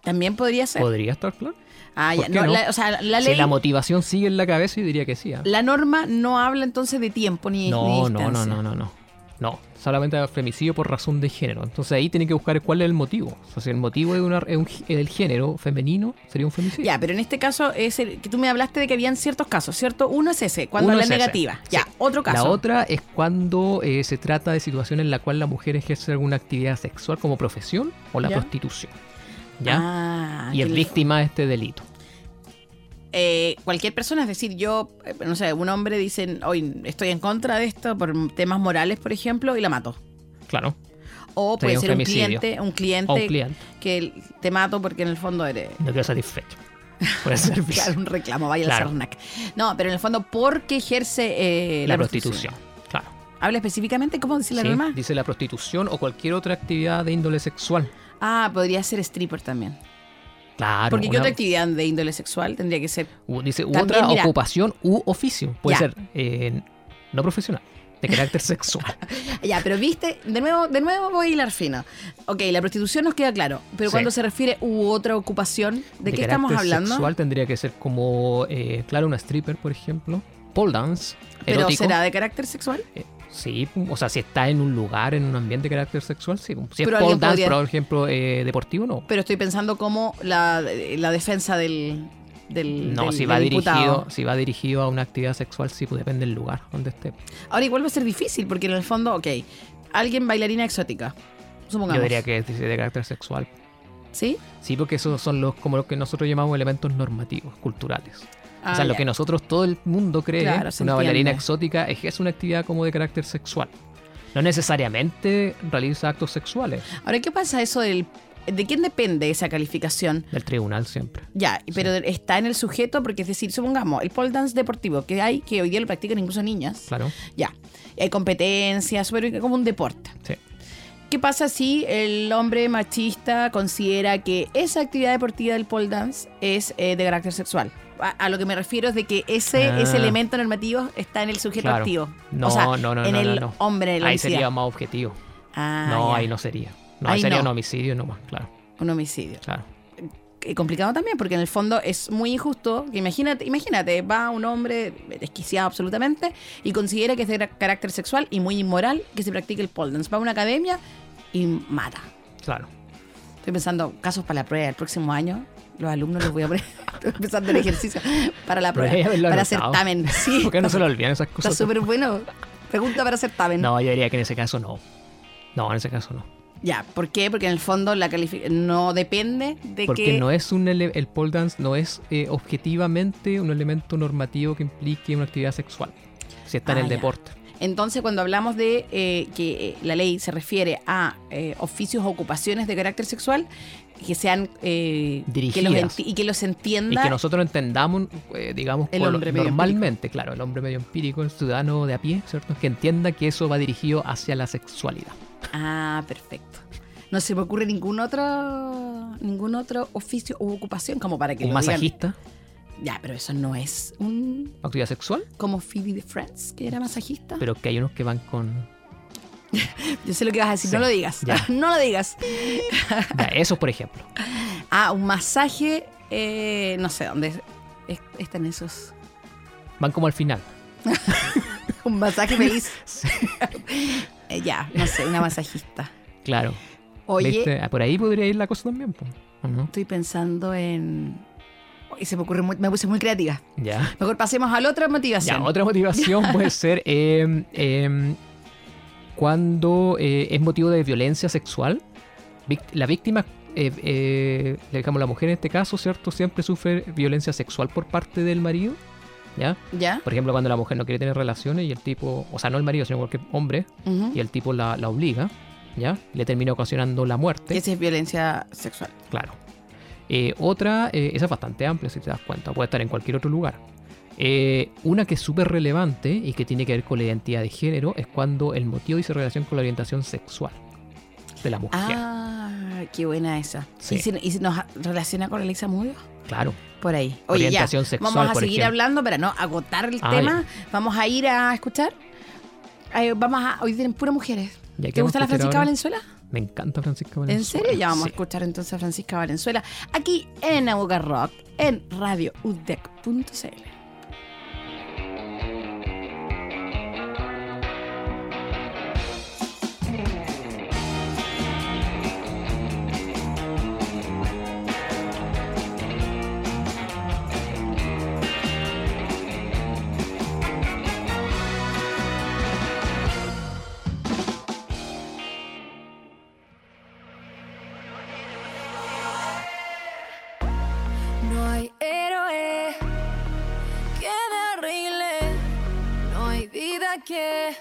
También podría ser. Podría estar claro. ah, ¿por ya. qué No, no? la- o sea, la ley. Si la motivación sigue en la cabeza, yo diría que sí. ¿ah? La norma no habla entonces de tiempo ni, ni No, no, no, distancia. no, no, no. No, solamente femicidio por razón de género. Entonces ahí tiene que buscar cuál es el motivo. O sea, si el motivo es, una, es un g- del género femenino, sería un femicidio. Ya, pero en este caso es el que tú me hablaste de que habían ciertos casos, ¿cierto? Uno es ese, cuando Uno habla es ese. negativa. Ya, Sí. otro caso. La otra es cuando eh, se trata de situación en la cual la mujer ejerce alguna actividad sexual como profesión o la Ya. prostitución. ¿Ya? Ah, y es que- víctima de este delito. eh, cualquier persona, es decir, yo, eh, no sé, un hombre dice, hoy estoy en contra de esto por temas morales, por ejemplo, y la mato. Claro. O puede un ser un femicidio. cliente, un O cliente, un cliente. que te mato porque en el fondo (laughs) eres No quedó satisfecho. Por (laughs) el servicio. claro, un reclamo, vaya al Claro. Sarnac. No, pero en el fondo, porque ejerce eh, la prostitución. Claro. Habla específicamente, ¿cómo dice la Sí, norma? dice la prostitución o cualquier otra actividad de índole sexual. Ah, podría ser stripper también. Claro. Porque qué una- otra actividad de índole sexual tendría que ser. u- dice u También, otra mira. ocupación u oficio. Puede Ya. ser eh, no profesional, (laughs) de carácter sexual. Ya, pero viste, de nuevo, de nuevo voy a hilar fino. Ok, la prostitución nos queda claro, pero Sí. cuando se refiere u otra ocupación, ¿de, qué carácter estamos hablando? sexual tendría que ser como, eh, claro, una stripper, por ejemplo. Pole dance, Pero erótico. será de carácter sexual? Eh, Sí, o sea, si está en un lugar, en un ambiente de carácter sexual, sí. Si Pero es pole alguien dance, podría- por ejemplo, eh, deportivo, no. Pero estoy pensando como la, la defensa del. del No, del- si va, del dirigido, imputado. si va dirigido a una actividad sexual, sí, pues depende del lugar donde esté. Ahora igual va a ser difícil, porque en el fondo, ok, alguien bailarina exótica, supongamos. Yo diría que es de carácter sexual. ¿Sí? Sí, porque esos son los como los que nosotros llamamos elementos normativos, culturales. Ah, o sea, lo ya. que nosotros todo el mundo cree, Claro, una se bailarina entiende. exótica ejerce una actividad como de carácter sexual. No necesariamente realiza actos sexuales Ahora, ¿qué pasa eso del... ¿De quién depende esa calificación? del tribunal siempre. Ya, pero está en el sujeto, porque es decir, supongamos, el pole dance deportivo, que hay, que hoy día lo practican incluso niñas. Claro. Ya, Y hay competencias, pero es como un deporte. Sí. ¿Qué pasa si el hombre machista considera que esa actividad deportiva del pole dance es eh, de carácter sexual? A, a lo que me refiero es de que ese, Ah. ese elemento normativo está en el sujeto Claro. activo. No, o sea, no, no, en no, no, el no. hombre, en la ahí obesidad. sería más objetivo. Ah, no, ya. ahí no sería. No, Ahí ahí sería no. un homicidio nomás, claro, Un homicidio. claro. eh, complicado también, porque en el fondo es muy injusto. que imagínate, imagínate, va un hombre desquiciado absolutamente y considera que es de gra- carácter sexual y muy inmoral que se practique el pole dance. Va a una academia y mata. Claro. Ah, Estoy pensando, casos para la prueba el próximo año. Los alumnos los voy a poner. (laughs) Estoy pensando en ejercicio para la Debería prueba. haberlo Para anotado. (laughs) certamen. Sí. ¿Por qué no se le olvidan esas Está cosas? súper bueno. Pregunta para certamen. No, yo diría que en ese caso no. No, en ese caso no. Ya, ¿por qué? Porque en el fondo la califi- no depende de Porque que. no es un ele- el pole dance no es eh, objetivamente un elemento normativo que implique una actividad sexual. Si está Ah, en el ya. deporte. Entonces, cuando hablamos de eh, que eh, la ley se refiere a eh, oficios o ocupaciones de carácter sexual, que sean eh, que los Dirigidas. enti- y que los Y entienda que nosotros entendamos, eh, digamos, El por- hombre medio normalmente, claro, el hombre medio empírico, el ciudadano de a pie, ¿cierto? Que entienda que eso va dirigido hacia la sexualidad. Ah, perfecto. No se me ocurre ningún otro ningún otro oficio u ocupación como para que Un lo digan. masajista, Ya, pero eso no es un actividad sexual, como Phoebe de Friends, que era masajista. pero que hay unos que van (laughs) con... Yo sé lo que vas a decir, Sí, no lo digas. ya. (laughs) no lo digas. Ya, eso, por ejemplo. Ah, un masaje, eh, no sé dónde es- es- están esos. (laughs) Van como al final. Un masaje (laughs) feliz. (laughs) Eh, ya, no sé, una masajista. Claro. Oye, ¿Viste? Ah, Por ahí podría ir la cosa también. po. ¿O no? estoy pensando en. Oye, se me ocurre, muy- me puse muy creativa. Ya. Mejor pasemos a la otra Ya, motivación. otra motivación puede ser eh, eh, cuando eh, es motivo de violencia sexual. Vic- La víctima, eh, eh, digamos la mujer en este caso, ¿cierto? Siempre sufre violencia sexual por parte del marido. ¿Ya? ¿Ya? Por ejemplo, cuando la mujer no quiere tener relaciones y el tipo, o sea, no el marido, sino cualquier hombre, Ujú. y el tipo la, la obliga, ¿ya? Le termina ocasionando la muerte. Esa es violencia sexual. Claro. Eh, otra, eh, esa es bastante amplia si te das cuenta, puede estar en cualquier otro lugar. Eh, una que es súper relevante y que tiene que ver con la identidad de género es cuando el motivo dice relación con la orientación sexual de la mujer. Ah, qué buena esa. Sí. ¿Y, si, y si nos relaciona con Alexa Murillo? Claro. Por ahí. Oye, Orientación ya. sexual, Vamos a por seguir ejemplo. hablando para no agotar el Ah, tema. Vamos a ir a escuchar. Ay, vamos a. Hoy tienen puras mujeres. ¿Y a qué ¿Te vamos gusta a la escuchar Francisca ahora? Valenzuela? Me encanta Francisca ¿En Valenzuela. serio? Ya vamos a Sí. escuchar entonces a Francisca Valenzuela aquí en Aboga Rock, en radioudec.cl. No hay héroe que me arregle, no hay vida que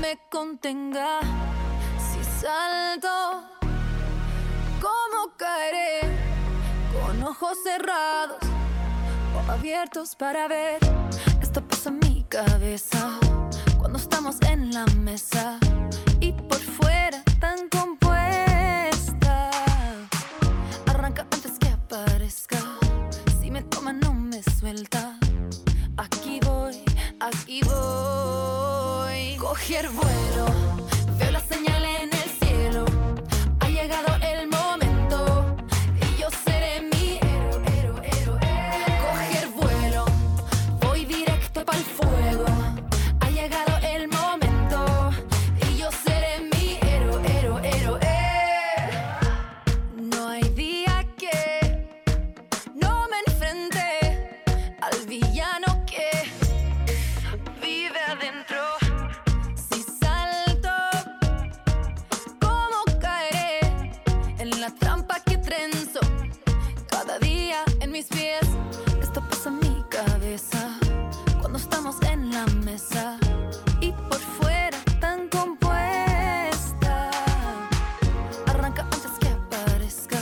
me contenga. Si salto, ¿cómo caeré? Con ojos cerrados o abiertos para ver. Esto pasa en mi cabeza cuando estamos en la mesa y por fuera tan compuesta. Arranca antes que aparezca. Si me toma, no me suelta. Aquí voy, aquí voy. Cogí el vuelo, veo la señal en el cielo. Ha llegado el momento y yo seré mi héroe, héroe, héroe. Cogí el vuelo, voy directo para el fuego. Ha llegado el momento y yo seré mi héroe, héroe, héroe. No hay día que no me enfrente al villano que vive adentro. Si salto, ¿cómo caeré en la trampa que trenzo? Cada día en mis pies, esto pasa en mi cabeza cuando estamos en la mesa y por fuera tan compuesta. Arranca antes que aparezca.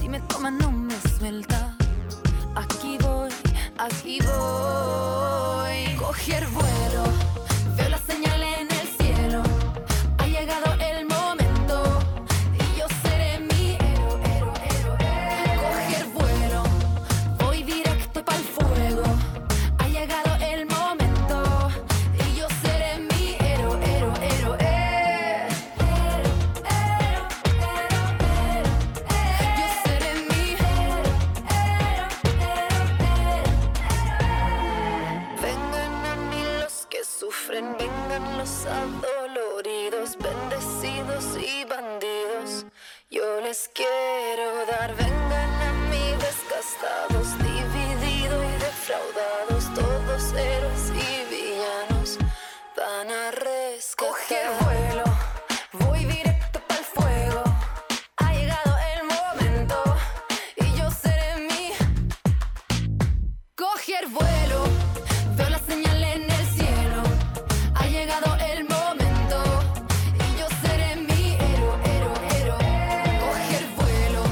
Si me toma, no me suelta. Aquí voy, aquí voy. Cogí el vuelo, veo la señal en el cielo. Ha llegado el momento y yo seré mi héroe, héroe, héroe. Cogí el vuelo, voy directo para el fuego. Ha llegado el momento y yo seré mi héroe, héroe, héroe. héroe. Yo seré mi Vengan a mí los que sufren, vengan los adoloridos, bendecidos y bandidos. Yo les quiero dar, vengan a mí desgastados, divididos y defraudados, todos héroes y villanos. Van a rescatar. vuelo, voy directo para el fuego. Ha llegado el momento y yo seré mi Coge el vuelo, veo la señal en el cielo. Ha llegado el momento y yo seré mi héroe, héroe, héroe. Coge el vuelo,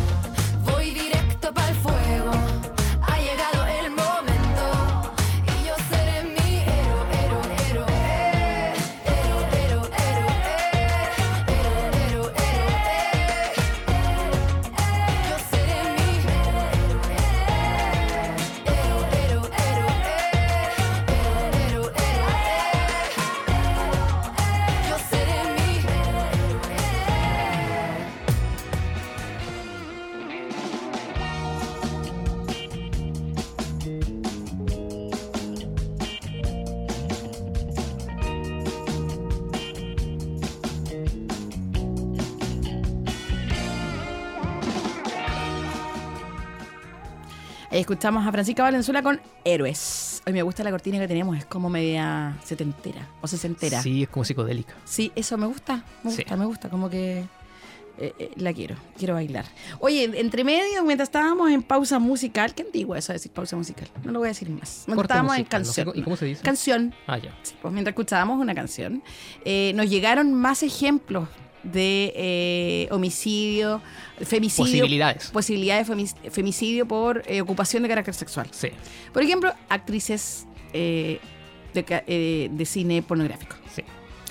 Escuchamos a Francisca Valenzuela con Héroes. Hoy me gusta la cortina que tenemos, es como media setentera o sesentera. Sí, es como psicodélica. Sí, eso me gusta, me Sí. gusta, me gusta, como que eh, eh, la quiero, quiero bailar. Oye, entre medio, mientras estábamos en pausa musical, qué antiguo eso de decir pausa musical, no lo voy a decir más. Mientras Corte estábamos en musical, no sé canción. cómo- ¿y cómo se dice? Canción. Ah, ya. Sí, pues mientras escuchábamos una canción, eh, nos llegaron más ejemplos de eh, homicidio, femicidio. Posibilidades. Posibilidades de femi- femicidio por eh, ocupación de carácter sexual. Sí, Por ejemplo, actrices eh, de, ca- eh, de cine pornográfico. sí.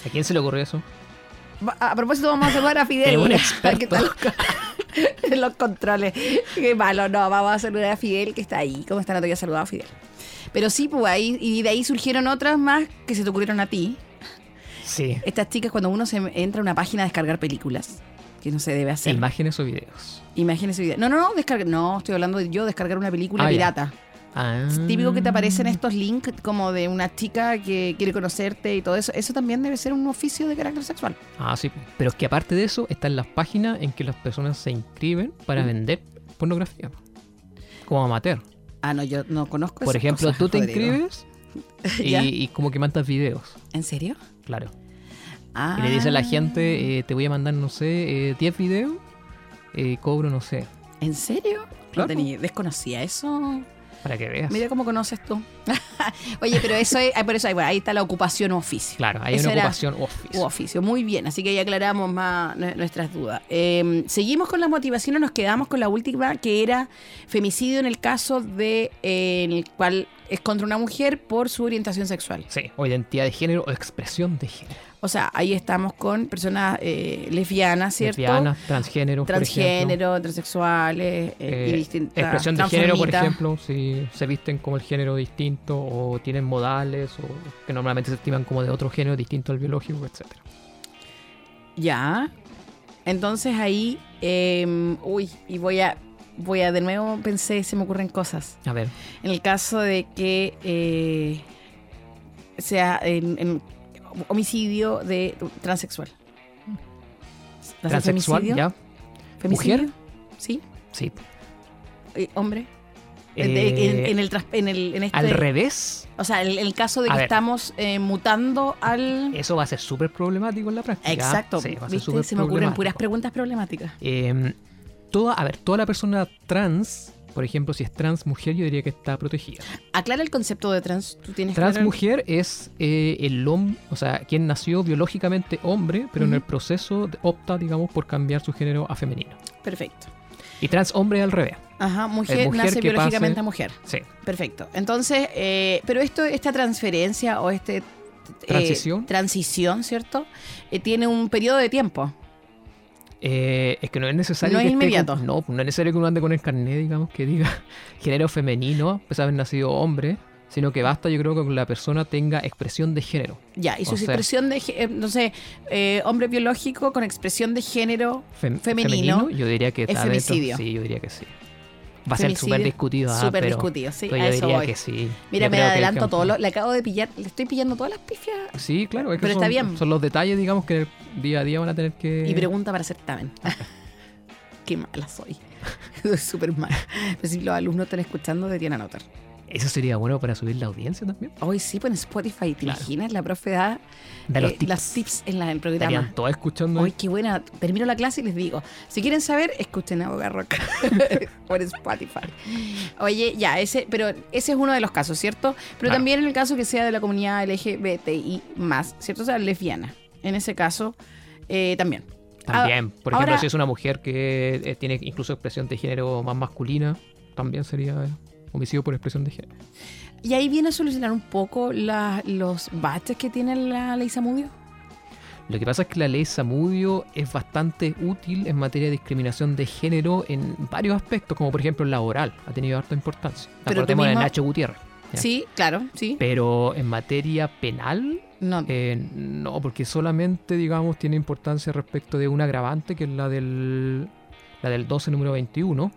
¿A quién se le ocurrió eso? Va- A, a propósito, vamos a saludar (laughs) a Fidel. Es (laughs) un ¿Qué tal? (laughs) En los controles. Qué malo, no. Vamos a saludar a Fidel, que está ahí. ¿Cómo está? No te había saludado, Fidel. Pero sí, pues ahí, y de ahí surgieron otras más que se te ocurrieron a ti. Sí. Estas chicas, cuando uno se entra a una página a descargar películas, que no se debe hacer. Imágenes o videos. Imagínese video. No, no, no, descarga. No, estoy hablando de yo descargar una película Ah, ya. pirata. Ah. Es típico que te aparecen estos links como de una chica que quiere conocerte y todo eso. Eso también debe ser un oficio de carácter sexual. Ah, sí. Pero es que aparte de eso, están las páginas en que las personas se inscriben para Mm. vender pornografía. Como amateur. Ah, no, yo no conozco esas Por ejemplo, cosas, tú te Rodrigo. inscribes (laughs) y, ¿Ya? y como que mandas videos. ¿En serio? Claro. Ah. Y le dice a la gente, eh, te voy a mandar, no sé, eh, 10 videos, eh, cobro, no sé, ¿En serio? No Claro. tenía, desconocía eso. para que veas. Mira cómo conoces tú. (laughs) Oye, pero eso es, ah, por eso ahí, bueno, ahí está la ocupación o oficio. Claro, hay Eso una era- ocupación office. u oficio. Muy bien, así que ya aclaramos más nue- nuestras dudas. Eh, seguimos con las motivaciones, nos quedamos con la última, que era femicidio en el caso de eh, en el cual es contra una mujer por su orientación sexual. Sí, o identidad de género o expresión de género. O sea, ahí estamos con personas eh, lesbianas, ¿cierto? Lesbianas, transgénero, Transgénero, transexuales eh, por ejemplo. y Eh, distintas. expresión de género, por transformistas. ejemplo, si se visten como el género distinto o tienen modales o que normalmente se estiman como de otro género distinto al biológico, etcétera. Ya. Entonces ahí, eh, uy, y voy a, voy a, de nuevo pensé, se me ocurren cosas. A ver, En el caso de que eh, sea en, en homicidio de transexual. ¿Va a ser transexual, femicidio? ¿ya? ¿Femicidio? ¿Mujer? Sí. Sí. Eh, ¿Hombre? Eh, En- en, en el, tras- en el- en este- al revés, O sea, en el, caso de A que ver. estamos eh, mutando al... eso va a ser súper problemático en la práctica. Exacto. Sí, va a ser ¿Viste? súper Se me ocurren puras problemático. preguntas problemáticas. Eh, toda, a ver, toda la persona trans, por ejemplo, si es trans mujer, yo diría que está protegida. Aclara el concepto de trans. Tú tienes Trans claro? mujer es eh, el hombre, o sea, quien nació biológicamente hombre, pero en el proceso de- opta, digamos, por cambiar su género a femenino. Perfecto. Y trans hombre al revés. Ajá, mujer, Es mujer nace que biológicamente pase- a mujer. Sí. Perfecto. Entonces, eh, pero esto, esta transferencia o este eh, Transición. transición, ¿cierto? Eh, tiene un periodo de tiempo. Eh, es que no es necesario. No que es esté inmediato. con- no, no es necesario que uno ande con el carnet, digamos, que diga (laughs) género femenino, pues haber nacido hombre, sino que basta, yo creo, que la persona tenga expresión de género. Ya, y su O sea- expresión de gé- eh, no sé, eh, hombre biológico con expresión de género Fem- Femenino Yo diría que es está dentro- femicidio. Sí, yo diría que sí. Va a ser Femicidio, súper discutido. ah, súper pero- discutido, sí, pero a yo eso diría voy. que sí. Mira, me Yo creo que el adelanto campo- todo, lo- le acabo de pillar, le estoy pillando todas las pifias. Sí, claro, es que Pero son, está bien. son los detalles, digamos, que en el día a día van a tener que... Y pregunta para (laughs) certamen. (laughs) Qué mala soy. (laughs) soy súper mala. Pero si los alumnos están escuchando, te tienen a notar. Eso sería bueno para subir la audiencia también. Hoy sí, pues en Spotify, ¿te Claro. imaginas? La profe da, Da los eh, tips. las tips en la- en el programa. Estarían todos escuchando. Ay, qué buena. Termino la clase y les digo, si quieren saber, escuchen a Boca Roca (laughs) por Spotify. Oye, ya, ese, pero ese es uno de los casos, ¿cierto? Pero Claro. también en el caso que sea de la comunidad LGBTI más, ¿cierto? O sea, lesbiana. En ese caso, eh, también. También. Ah, Por ejemplo, ahora- si es una mujer que eh, tiene incluso expresión de género más masculina, también sería eh, homicidio por expresión de género. Y ahí viene a solucionar un poco la- los baches que tiene la ley Samudio. Lo que pasa es que la ley Samudio es bastante útil en materia de discriminación de género en varios aspectos, como por ejemplo laboral, ha tenido harta importancia. Pero tú Acordemos de misma- Nacho Gutiérrez. ¿ya? Sí, claro, sí. Pero en materia penal, No, eh, no, porque solamente, digamos, tiene importancia respecto de un agravante, que es la del, la del 12, número 21,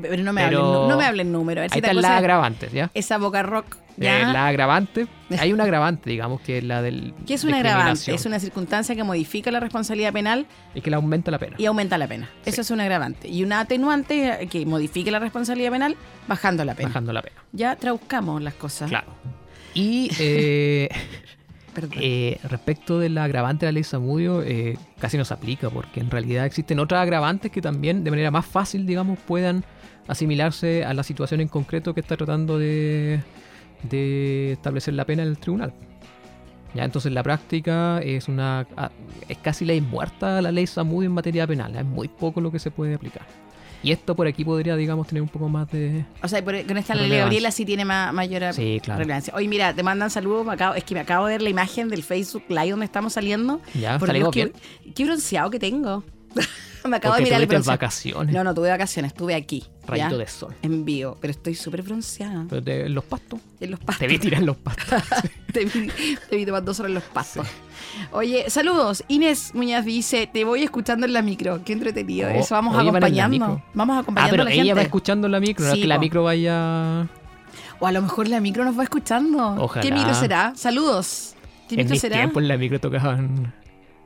Pero no me, Pero- hablen, no, no me hablen número. A ver Ahí si te están las acuerdas- agravantes, ¿ya? Esa boca rock. Eh, ¿ya? la agravante, hay una agravante, digamos, que es la del. ¿Qué es un agravante? discriminación, Es una circunstancia que modifica la responsabilidad penal Y que le aumenta la pena. y aumenta la pena. Eso es un agravante. Y una atenuante eh, que modifique la responsabilidad penal bajando la pena. Bajando la pena. Ya traducamos las cosas. Claro. Y (laughs) eh, Perdón. eh, respecto de la agravante de la ley Samudio, eh, casi no se aplica, porque en realidad existen otras agravantes que también, de manera más fácil, digamos, puedan asimilarse a la situación en concreto que está tratando de, de establecer la pena en el tribunal. Ya, entonces la práctica es una ah, es casi ley muerta la ley Samudio en materia penal, ¿eh? es muy poco lo que se puede aplicar. Y esto por aquí podría, digamos, tener un poco más de, O sea, por- e, con esta Por ley relevancia. Gabriela sí tiene ma- mayor Sí, claro. relevancia. Oye, mira, te mandan saludos. me acabo- es que me acabo de ver la imagen del Facebook Live donde estamos saliendo. Ya, Por ¿salimos Dios, Qué, qué bronceado que tengo. (laughs) me acabo Porque de mirar el tuviste bronceado. vacaciones. No, no tuve vacaciones, estuve aquí. ¿ya? rayito de sol. En vivo, pero estoy súper bronceada. Pero de- los pastos. En los pastos. Te vi tirar los pastos. (laughs) te, vi, te vi tomando solo en los pastos. Oye, saludos. Inés Muñoz dice, te voy escuchando en la micro. Qué entretenido. Oh, Eso vamos oye, van en la acompañando. micro. Vamos Ah, acompañando pero a la ella gente. va escuchando la micro, no Sí, es que la po. micro vaya. O a lo mejor la micro nos va escuchando. Ojalá. ¿Qué micro será? Saludos. ¿Qué En micro mis será? tiempos en la micro tocaban.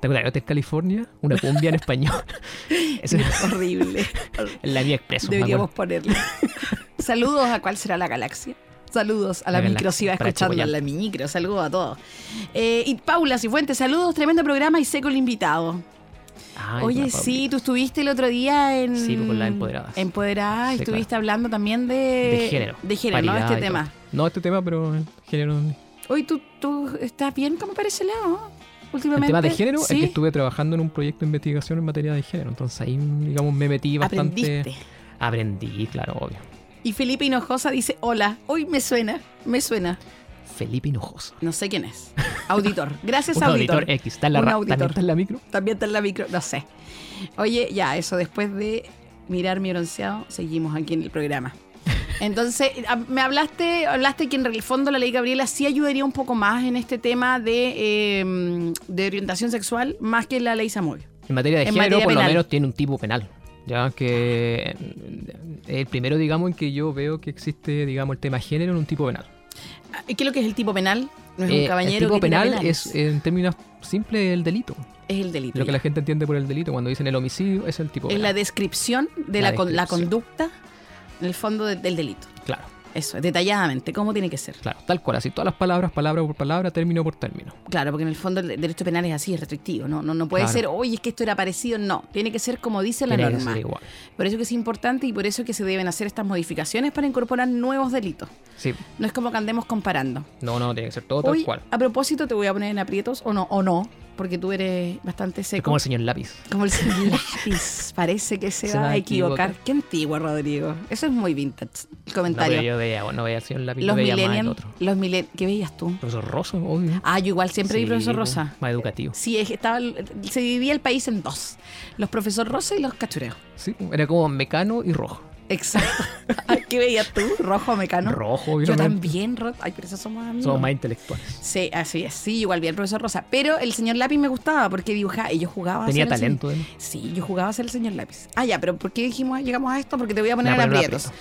¿Te acuerdas de Hotel California? Una cumbia en español. (laughs) Eso era (laughs) (laughs) Horrible. en la Vía Expreso. me Deberíamos acuerdo. ponerle. Saludos a cuál será la galaxia. Saludos a la, La micro si va galaxia, para este escuchando a la micro. Saludos a todos. Eh, y Paula Cifuentes, saludos. Tremendo programa y seco el invitado. Ay, Oye, la Paula. sí, tú estuviste el otro día en. Sí, con las empoderadas. Empoderada, Sí, estuviste hablando también de. De género. De género, ¿no? paridad Este y todo. tema. No, este tema, pero eh, género. Hoy tú, tú estás bien, como parece lado, ¿no? El últimamente. tema de género es Sí. que estuve trabajando en un proyecto de investigación en materia de género. Entonces ahí, digamos, me metí bastante. Aprendiste. Aprendí, claro, obvio. Y Felipe Hinojosa dice: Hola, hoy me suena, me suena. Felipe Hinojosa. No sé quién es. (laughs) Auditor. Gracias, Un Este auditor. auditor X. ¿Está en la, Un ra- auditor. ¿También está en la micro? También está en la micro, no sé. Oye, ya, eso, después de mirar mi bronceado, seguimos aquí en el programa. Entonces, a- me hablaste, hablaste que en el fondo la ley Gabriela sí ayudaría un poco más en este tema de, eh, de orientación sexual, más que la ley Samuel. En materia de En género, materia por penal. lo menos tiene un tipo penal. Ya que eh, el primero, digamos, en que yo veo que existe, digamos, el tema género en un tipo penal. Ah, ¿Qué es lo que es el tipo penal? No es Eh, un caballero. el tipo que tiene penal penales. es, en términos simples, el delito. Es el delito. Lo que ya. la gente entiende por el delito cuando dicen el homicidio es el tipo es penal. la descripción de la, La con- la descripción. conducta, en el fondo, de- del delito. Claro, Eso, detalladamente, cómo tiene que ser. claro, tal cual. Así todas las palabras, palabra por palabra, término por término. Claro, porque en el fondo el derecho penal es así, es restrictivo. No, no, no puede Claro. ser, oye, es que esto era parecido. No, tiene que ser como dice la Tiene que norma. ser Eh, igual. Por eso que es importante y por eso que se deben hacer estas modificaciones para incorporar nuevos delitos. Sí, No es como que andemos comparando. no, no, tiene que ser todo Hoy, tal cual. a propósito, te voy a poner en aprietos o no, o no, porque tú eres bastante Es seco. como el señor lápiz. Como (laughs) el señor lápiz. Parece que se, va, a equivocar. Qué antiguo, Rodrigo. Eso es muy vintage. El No veía, comentario. yo veía, no veía al señor lápiz, los no veía más el millennials. otro. Los millen- ¿Qué veías tú? Profesor Rosso, obvio. Ah, yo igual siempre vi Sí, profesor po, Rosa. Más educativo. Sí, es- estaba, se dividía el país en dos: los profesor Rosa y los cachureos. Sí, era como mecano y rojo. (laughs) Exacto. Ay, ¿Qué veías tú? ¿Rojo o mecano? Rojo, Yo obviamente. también, Ro- Ay, pero esos somos amigos. Somos más intelectuales. Sí, así es. Sí, igual vi al profesor Rosa. Pero el señor Lápiz me gustaba porque dibujaba y yo jugaba. a Tenía ser el talento, señor- ¿eh? Sí, yo jugaba a ser el señor Lápiz. Ah, ya, pero ¿por qué dijimos, llegamos a esto? Porque te voy a poner Me en voy a poner en aprietos.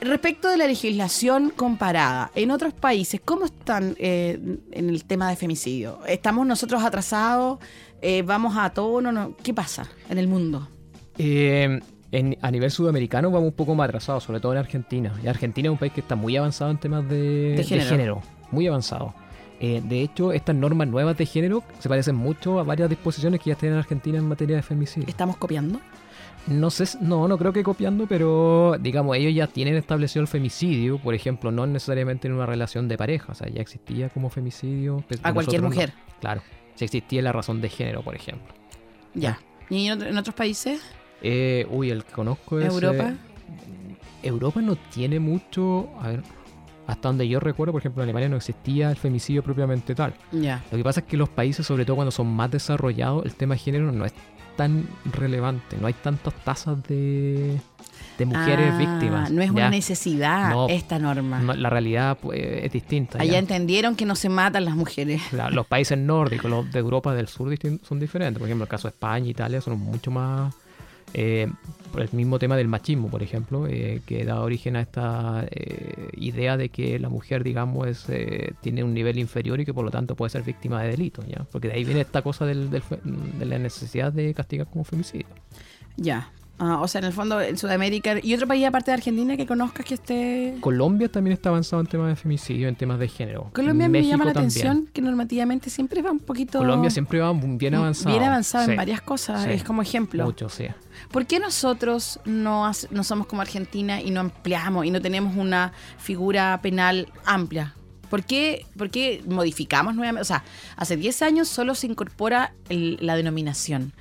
Respecto de la legislación comparada, en otros países, ¿cómo están eh, en el tema de femicidio? ¿Estamos nosotros atrasados? Eh, ¿Vamos a tono? No? ¿Qué pasa en el mundo? Eh, en- a nivel sudamericano vamos un poco más atrasados, sobre todo en Argentina. Y Argentina es un país que está muy avanzado en temas de, de género. Muy avanzado. Eh, de hecho, estas normas nuevas de género se parecen mucho a varias disposiciones que ya tienen en Argentina en materia de femicidio. ¿Estamos copiando? No sé, si- no, no creo que copiando, pero digamos, ellos ya tienen establecido el femicidio, por ejemplo, no necesariamente en una relación de pareja, o sea, ya existía como femicidio. pero A cualquier nosotros no. mujer. Claro, si existía la razón de género, por ejemplo. Ya. ¿Y en, otro- en otros países? Eh, uy, el que conozco es. ¿Europa? eh, Europa no tiene mucho. A ver, hasta donde yo recuerdo, por ejemplo, en Alemania no existía el femicidio propiamente tal. Ya. Lo que pasa es que los países, sobre todo cuando son más desarrollados, el tema de género no es tan relevante. No hay tantas tasas de, de mujeres Ah, víctimas. No es una ¿ya? necesidad No. esta norma. No, la realidad pues, es distinta. Allá ¿ya? entendieron que no se matan las mujeres. (laughs) La- los países nórdicos, los de Europa del Sur distin- son diferentes. Por ejemplo, el caso de España, Italia son mucho más eh, por el mismo tema del machismo, por ejemplo, eh, que da origen a esta eh, idea de que la mujer, digamos, es, eh, tiene un nivel inferior y que por lo tanto puede ser víctima de delito, ¿ya? Porque de ahí viene esta cosa del- del fe- de la necesidad de castigar como femicidio. Ya. Ah, o sea, en el fondo, en Sudamérica y otro país aparte de Argentina que conozcas que esté. Colombia también está avanzado en temas de femicidio, en temas de género. Colombia me llama la México atención que normativamente siempre va un poquito. Colombia siempre va bien avanzado. Bien avanzado Sí, en varias cosas, sí. es como ejemplo. Mucho, sí. ¿Por qué nosotros no, hace- no somos como Argentina y no ampliamos y no tenemos una figura penal amplia? ¿Por qué, por qué modificamos nuevamente? O sea, hace 10 años solo se incorpora el- la denominación.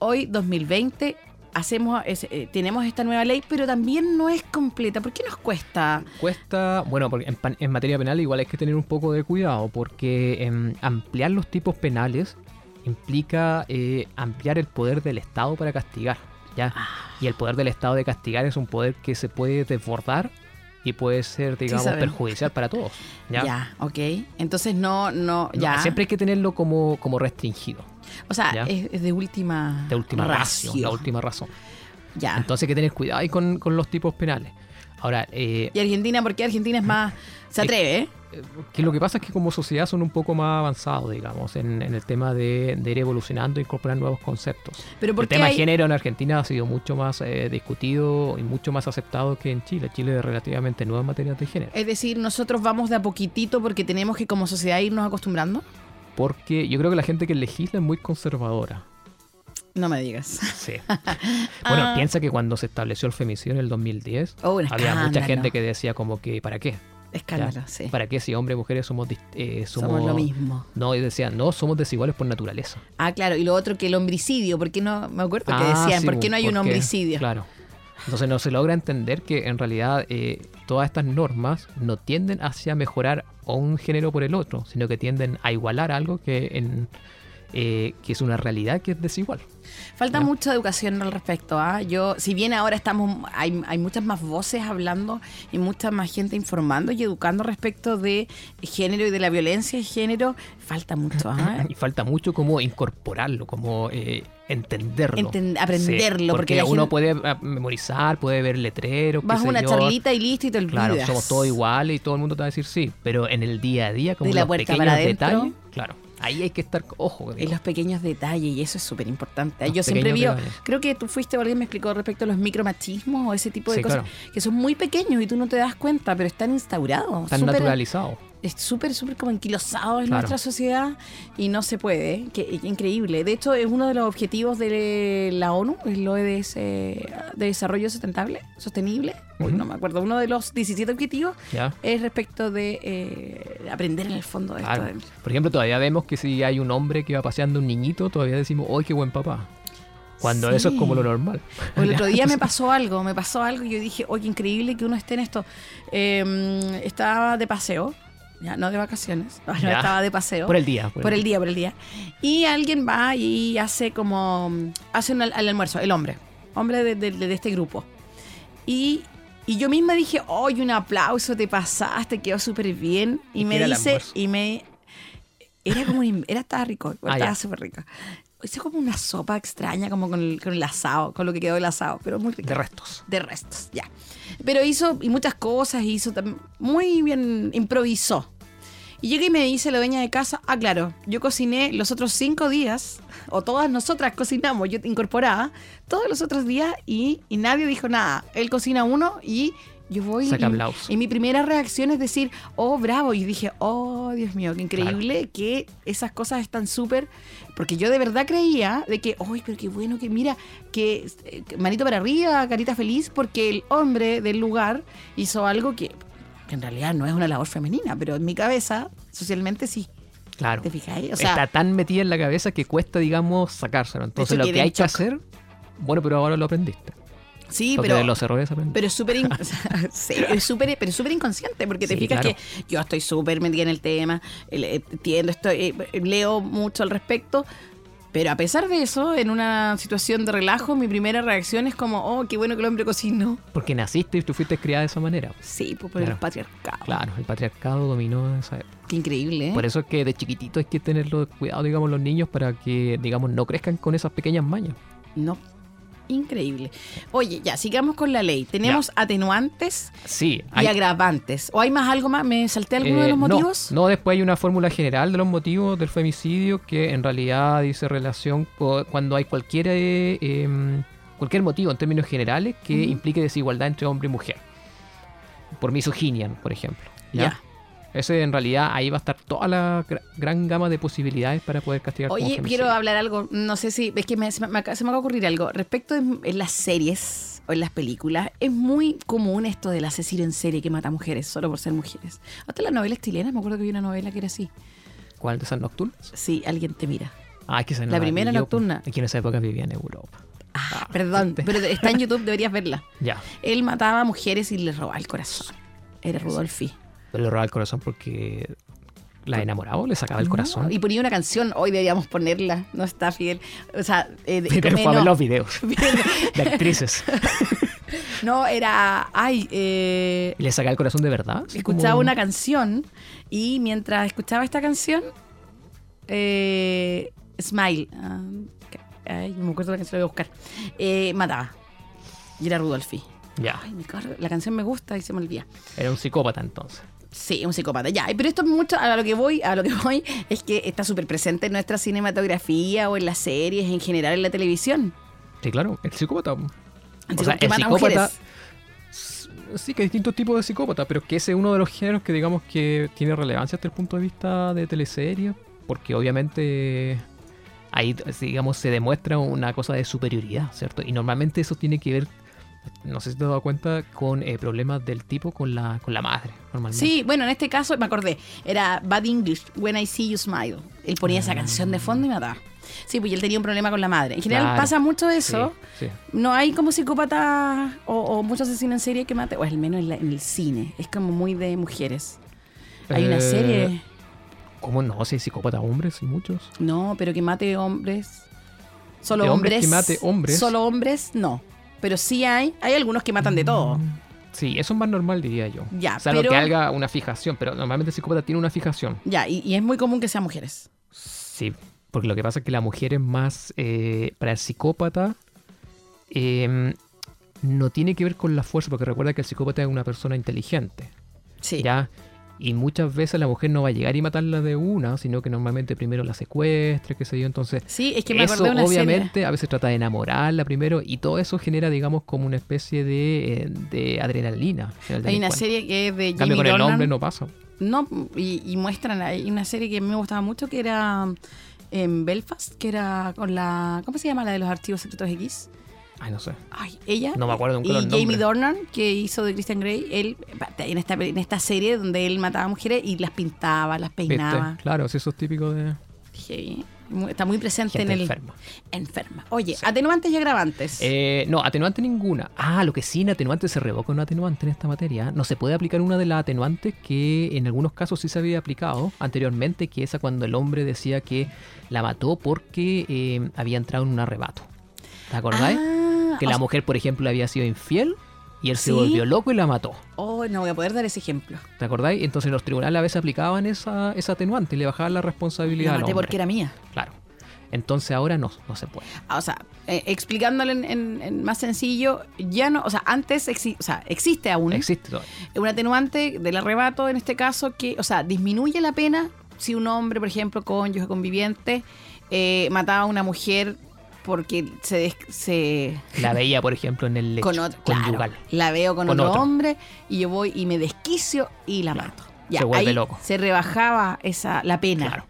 Hoy, 2020, hacemos, es- eh, tenemos esta nueva ley, pero también no es completa. ¿Por qué nos cuesta? Cuesta, bueno, porque en, pan- en materia penal igual hay que tener un poco de cuidado, porque em, ampliar los tipos penales implica eh, ampliar el poder del Estado para castigar, ¿ya? Ah. Y el poder del Estado de castigar es un poder que se puede desbordar y puede ser, digamos, sabemos. perjudicial para todos, ¿ya? Ya, ok. Entonces no, no, No, ya. Siempre hay que tenerlo como, como restringido, o sea, ya. es, es de última de última razón, ratio. la última razón. Ya. Entonces hay que tener cuidado ahí con, con los tipos penales. Ahora, eh, y Argentina, ¿por qué Argentina es más... Se atreve, ¿eh? que lo que pasa es que como sociedad son un poco más avanzados, digamos, en, en el tema de, de ir evolucionando e incorporar nuevos conceptos. Pero ¿por el qué tema hay- género en Argentina ha sido mucho más eh, discutido y mucho más aceptado que en Chile. Chile es relativamente nuevo en materia de género. Es decir, nosotros vamos de a poquitito porque tenemos que como sociedad irnos acostumbrando. Porque yo creo que la gente que legisla es muy conservadora. No me digas. (laughs) Sí. (laughs) bueno, Ah. piensa que cuando se estableció el femicidio en el 2010, Oh, un había mucha escándalo. gente que decía como que, ¿para qué? ¿Ya? Escándalo, sí. ¿Para qué si hombres y mujeres somos, dist- eh, somos... Somos lo mismo. No, y decían, no, somos desiguales por naturaleza. Ah, claro. Y lo otro que el homicidio, ¿por qué no? Me acuerdo que Ah, decían, sí, ¿por qué no hay un porque- homicidio? Claro. Entonces no se logra entender que en realidad eh, todas estas normas no tienden hacia mejorar a un género por el otro, sino que tienden a igualar algo que, en, eh, que es una realidad que es desigual. Falta Ya. mucha educación al respecto. ¿ah? Yo, si bien ahora estamos, hay, hay muchas más voces hablando y mucha más gente informando y educando respecto de género y de la violencia de género, falta mucho. (laughs) ¿ah? Y falta mucho como incorporarlo, como eh, entenderlo. Enten- aprenderlo, porque porque, la uno gente- puede ah, memorizar, puede ver letreros. qué Vas a sé una yo. charlita y listo y te olvidas. Claro, somos todos iguales y todo el mundo te va a decir sí, pero en el día a día, como De la los puerta pequeños para adentro. detalles, claro, ahí hay que estar, ojo. En digo. los pequeños detalles, y eso es súper importante. Los Yo siempre vi, pequeños detalles. creo que tú fuiste o alguien me explicó respecto a los micromachismos o ese tipo de Sí, cosas, claro. que son muy pequeños y tú no te das cuenta, pero están instaurados. Tan súper- naturalizado. Es súper, súper como enquilosado en Claro. nuestra sociedad y no se puede. ¿eh? Que, que increíble. De hecho, es uno de los objetivos de la ONU, es lo ODS, de Desarrollo Sustentable, Sostenible. Uy, Ujú. no me acuerdo. Uno de los 17 objetivos Ya. es respecto de eh, aprender en el fondo de Claro. esto. del- Por ejemplo, todavía vemos que si hay un hombre que va paseando un niñito, todavía decimos, ¡ay, qué buen papá! Cuando eso es como lo normal. O El otro (laughs) día me pasó algo, me pasó algo y yo dije, oye, increíble que uno esté en esto. Eh, estaba de paseo, ya, no de vacaciones, (laughs) no, Ya. estaba de paseo. Por el día. Por, Por el día, por el día. Y alguien va y hace como, hace un al- el almuerzo, el hombre, hombre de, de- de este grupo. Y, y yo misma dije, oye, un aplauso, te pasaste, quedó súper bien. Y, ¿Y qué me era el dice, almuerzo? y me... Era como un in- era estaba rico, Ah, estaba ya. súper rico. Hice como una sopa extraña, como con el, con el asado, con lo que quedó del asado, pero muy rico. De restos. De restos, ya. Pero hizo y muchas cosas, hizo tam- muy bien, improvisó. Y llega y me dice la dueña de casa, ah, claro, yo cociné los otros cinco días, o todas nosotras cocinamos, yo incorporaba, todos los otros días y, y nadie dijo nada. Él cocina uno y yo voy... Saca y- aplausos. y mi primera reacción es decir, oh, bravo. Y dije, oh, Dios mío, qué increíble que esas cosas están súper. Porque yo de verdad creía de que, ay, pero qué bueno que mira, que eh, manito para arriba, carita feliz, porque el hombre del lugar hizo algo que, que en realidad no es una labor femenina, pero en mi cabeza, socialmente sí. Claro. ¿Te fijáis? O sea, Está tan metida en la cabeza que cuesta, digamos, sacárselo. Entonces hecho, lo que quedé en hay que hacer, bueno, pero ahora lo aprendiste. sí, Porque pero. de los errores aprendes. Pero es súper (laughs) in- o sea, sí, es súper- pero es súper inconsciente, porque te Sí, fijas claro. que yo estoy súper metida en el tema, eh, entiendo, estoy, eh, leo mucho al respecto, pero a pesar de eso, en una situación de relajo, mi primera reacción es como, oh, qué bueno que el hombre cocinó. Porque naciste y tú fuiste criada de esa manera. Sí, pues por el Claro. patriarcado. Claro, el patriarcado dominó esa época. Qué increíble, ¿eh? Por eso es que de chiquitito hay que tenerlo cuidado, digamos, los niños para que, digamos, no crezcan con esas pequeñas mañas. No. Increíble. Oye, ya, sigamos con la ley. Tenemos atenuantes Sí, y agravantes. ¿O hay más algo más? ¿Me salté alguno Eh, de los no, motivos? No, después hay una fórmula general de los motivos del femicidio que en realidad dice relación po- cuando hay cualquier, eh, em, cualquier motivo en términos generales que implique desigualdad entre hombre y mujer. Por misoginia, por ejemplo. ¿ya? Ya. Ese en realidad ahí va a estar toda la gra- gran gama de posibilidades para poder castigar como Oye, femicidio. quiero hablar algo, no sé si, es que me- se, me, acaba- se me acaba de ocurrir algo. Respecto en, en las series o en las películas, es muy común esto del asesino en serie que mata mujeres solo por ser mujeres. Hasta las novelas chilenas, me acuerdo que había una novela que era así. ¿Cuál de esas nocturnas? Sí, alguien te mira. Ah, es que esa no La primera vi yo, nocturna. po. Es que en esa época vivía en Europa. Ah, perdón, este. pero está (laughs) en YouTube, deberías verla. Ya. Él mataba a mujeres y les robaba el corazón. Era Rudolfi. Pero le robaba el corazón porque la enamoraba, le sacaba el corazón. Y ponía una canción, hoy deberíamos ponerla, no está Fidel. O sea, eh, de- (laughs) Pero eh, fue a ver no. (laughs) los videos de actrices. No, era. Ay, eh, ¿Le sacaba el corazón de verdad? Así escuchaba como- una canción y mientras escuchaba esta canción, eh, Smile. ah, ay, no me acuerdo la canción, la voy a buscar. Eh, mataba. Y era Rudolfi. Ya, Ay, me cargo, la canción me gusta y se me olvida. era un psicópata entonces. Sí, un psicópata. Ya, pero esto es mucho a lo que voy, a lo que voy es que está súper presente en nuestra cinematografía o en las series, en general en la televisión. Sí, claro, el psicópata. El O sea, psicópata que el mata psicópata. mujeres. s- Sí, que hay distintos tipos de psicópata, pero que ese es uno de los géneros que digamos que tiene relevancia desde el punto de vista de teleseries, porque obviamente ahí, digamos, se demuestra una cosa de superioridad, ¿cierto? Y normalmente eso tiene que ver, no sé si te has dado cuenta, con eh, problemas del tipo con la, con la madre, normalmente. Sí, bueno, en este caso me acordé, era Bad English, When I See You Smile. Él ponía Ah. esa canción de fondo y mataba. Sí, pues y él tenía un problema con la madre. En general Claro. pasa mucho eso. Sí, sí. No hay como psicópata o, o muchos asesinos en serie que mate, o al menos en, la- en el cine. Es como muy de mujeres. Hay una Eh, serie, ¿Cómo no? Si hay psicópata hombres y muchos. no, pero que mate hombres. Solo De hombres hombres. que mate hombres. Solo hombres, no. Pero sí hay, hay algunos que matan de todo. Mm. Sí, eso es más normal, diría yo. Ya, o sea, lo pero- que haga una fijación, pero normalmente el psicópata tiene una fijación. Ya, y, y es muy común que sean mujeres. Sí, porque lo que pasa es que la mujer es más, eh, para el psicópata, eh, no tiene que ver con la fuerza, porque recuerda que el psicópata es una persona inteligente, Sí. ¿ya? Y muchas veces la mujer no va a llegar y matarla de una, sino que normalmente primero la secuestra, qué sé yo, entonces... Sí, es que me eso acordé de una obviamente serie. a veces trata de enamorarla primero y todo eso genera, digamos, como una especie de, eh, de adrenalina. en el Hay una delincuente. serie que es de En Jamie cambio, con el Dornan. hombre no pasa. No, y, y muestran, hay una serie que me gustaba mucho que era en Belfast, que era con la, ¿cómo se llama? La de los archivos secretos X. Ay, no sé. Ay, ella. No me acuerdo nunca Y los Jamie nombres. Dornan, que hizo de Christian Grey, él, en esta, en esta serie donde él mataba mujeres y las pintaba, las Viste, peinaba. Claro, sí, eso es típico de Heavy. Mu- Está muy presente gente en el... enferma. enferma. Oye, atenuantes y agravantes. Eh, no, atenuante ninguna. Ah, lo que sí, en atenuante se revoca una atenuante en esta materia. No se puede aplicar una de las atenuantes que en algunos casos sí se había aplicado anteriormente, que esa cuando el hombre decía que la mató porque eh, había entrado en un arrebato. ¿Te acordáis? Ah, que o la sea- mujer, por ejemplo, le había sido infiel y él ¿Sí? se volvió loco y la mató. Oh, no voy a poder dar ese ejemplo. ¿Te acordáis? Entonces los tribunales a veces aplicaban esa, esa atenuante y le bajaban la responsabilidad La al maté hombre. porque era mía. Claro. Entonces ahora no, no se puede. Ah, O sea, eh, explicándolo en, en- en más sencillo, ya no, o sea, antes exi- o sea, existe aún Existe todavía. un atenuante del arrebato en este caso que, o sea, disminuye la pena si un hombre, por ejemplo, cónyuge conviviente, eh, mataba a una mujer porque se, des- se La veía, por ejemplo, en el lecho con otro, claro, conyugal. la veo con, Con otro, otro. hombre y yo voy y me desquicio y la mato. Ya, se vuelve ahí loco. Se rebajaba esa la pena. Claro.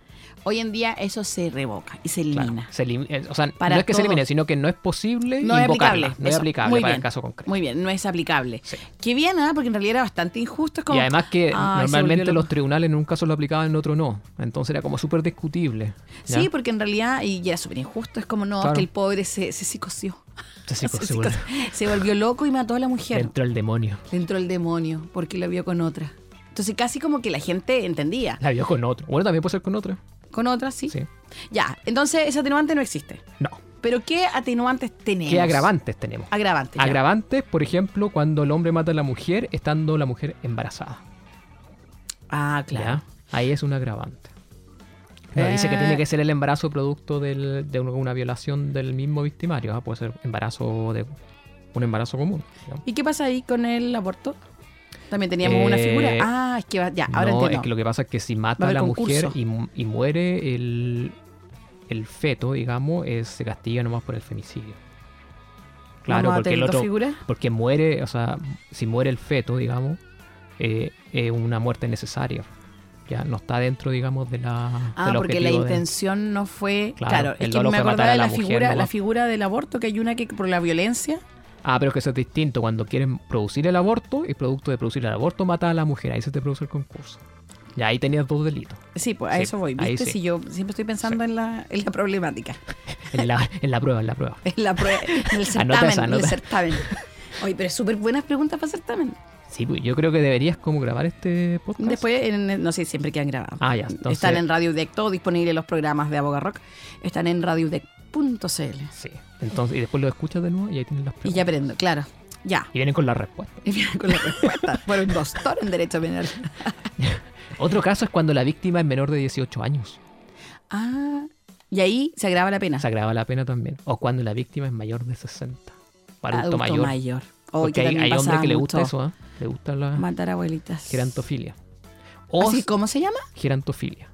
Hoy en día eso se revoca y se Claro, elimina. se elim- eh, o sea, Para no es que se elimine, todos. sino que no es posible No es invocarla. aplicable. No es Eso, aplicable muy para bien. el caso concreto. Muy bien, no es aplicable. Sí. Que bien, nada, porque en realidad era bastante injusto. es como, y además que "Ay, se normalmente volvió los loco". tribunales en un caso lo aplicaban, en otro no. Entonces era como súper discutible. ¿ya? Sí, porque en realidad, y ya súper injusto, es como no, Claro. que el pobre se, se psicoció. Se psico- (laughs) Se pues, se volvió- (laughs) psicoció. Se volvió loco y mató a la le mujer. entró el demonio. Le entró el demonio porque la vio con otra. Entonces casi como que la gente entendía. La vio con otro. Bueno, también puede ser con otra. Con otra, sí. Sí. Ya, entonces ese atenuante no existe. No. Pero ¿qué atenuantes tenemos? ¿Qué agravantes tenemos? Agravantes. ya. Agravantes, por ejemplo, cuando el hombre mata a la mujer estando la mujer embarazada. Ah, claro. ¿ya? Ahí es un agravante. No, dice que Eh. tiene que ser el embarazo producto del- de una- una violación del mismo victimario. ah, Puede ser embarazo de un embarazo común. digamos. ¿Y qué pasa ahí con el aborto? También teníamos una Eh, figura. Ah, es que va- ya, ahora no, entiendo. es que lo que pasa es que si Va a mata a haber la mujer concurso. y, mu- y muere el, el feto, digamos, es- se castiga nomás por el femicidio. Claro, Vamos a porque tener el dos otro, figuras. porque muere, o sea, si muere el feto, digamos, eh, es una muerte necesaria. Ya no está dentro, digamos, de la. Ah, del porque la objetivo de- intención no fue. Claro, Claro, el es que dolo me fue matar acordaba a de la la, mujer figura, la nomás. figura del aborto, que hay una que por la violencia. Ah, pero es que eso es distinto. Cuando quieren producir el aborto y producto de producir el aborto mata a la mujer, ahí se te produce el concurso. Y ahí tenías dos delitos. Sí, pues a Sí, eso voy. ahí ¿Viste? sí. Si yo siempre estoy pensando en, la, en la problemática, (laughs) En la, (laughs) en la prueba, en la prueba. en, la prue- en el certamen. (laughs) Anota esa, en el anota. certamen. Oye, pero súper buenas preguntas para certamen. Sí, pues yo creo que deberías como grabar este podcast. Después, en- no sé, siempre quedan grabados. Ah, ya, entonces- Están en Radio Udec, todo disponible los programas de Aboga Rock. Están en radioudec.cl. Sí. Entonces, y después lo escuchas de nuevo y ahí tienes las Y pruebas. ya aprendo, claro. Ya. (laughs) Y vienen con la respuesta. Y mira con la respuesta. (laughs) Fueron doctor en Derecho Penal. Otro caso es cuando la víctima es menor de 18 años. Ah. Y ahí se agrava la pena. Se agrava la pena también. O cuando la víctima es mayor de 60. O adulto, mayor. Oh, Porque que hay, también hay hombres pasaba que le mucho gusta eso, ¿ah? Le gusta la Matar abuelitas. gerantofilia. O Así, ¿Cómo se llama? gerantofilia.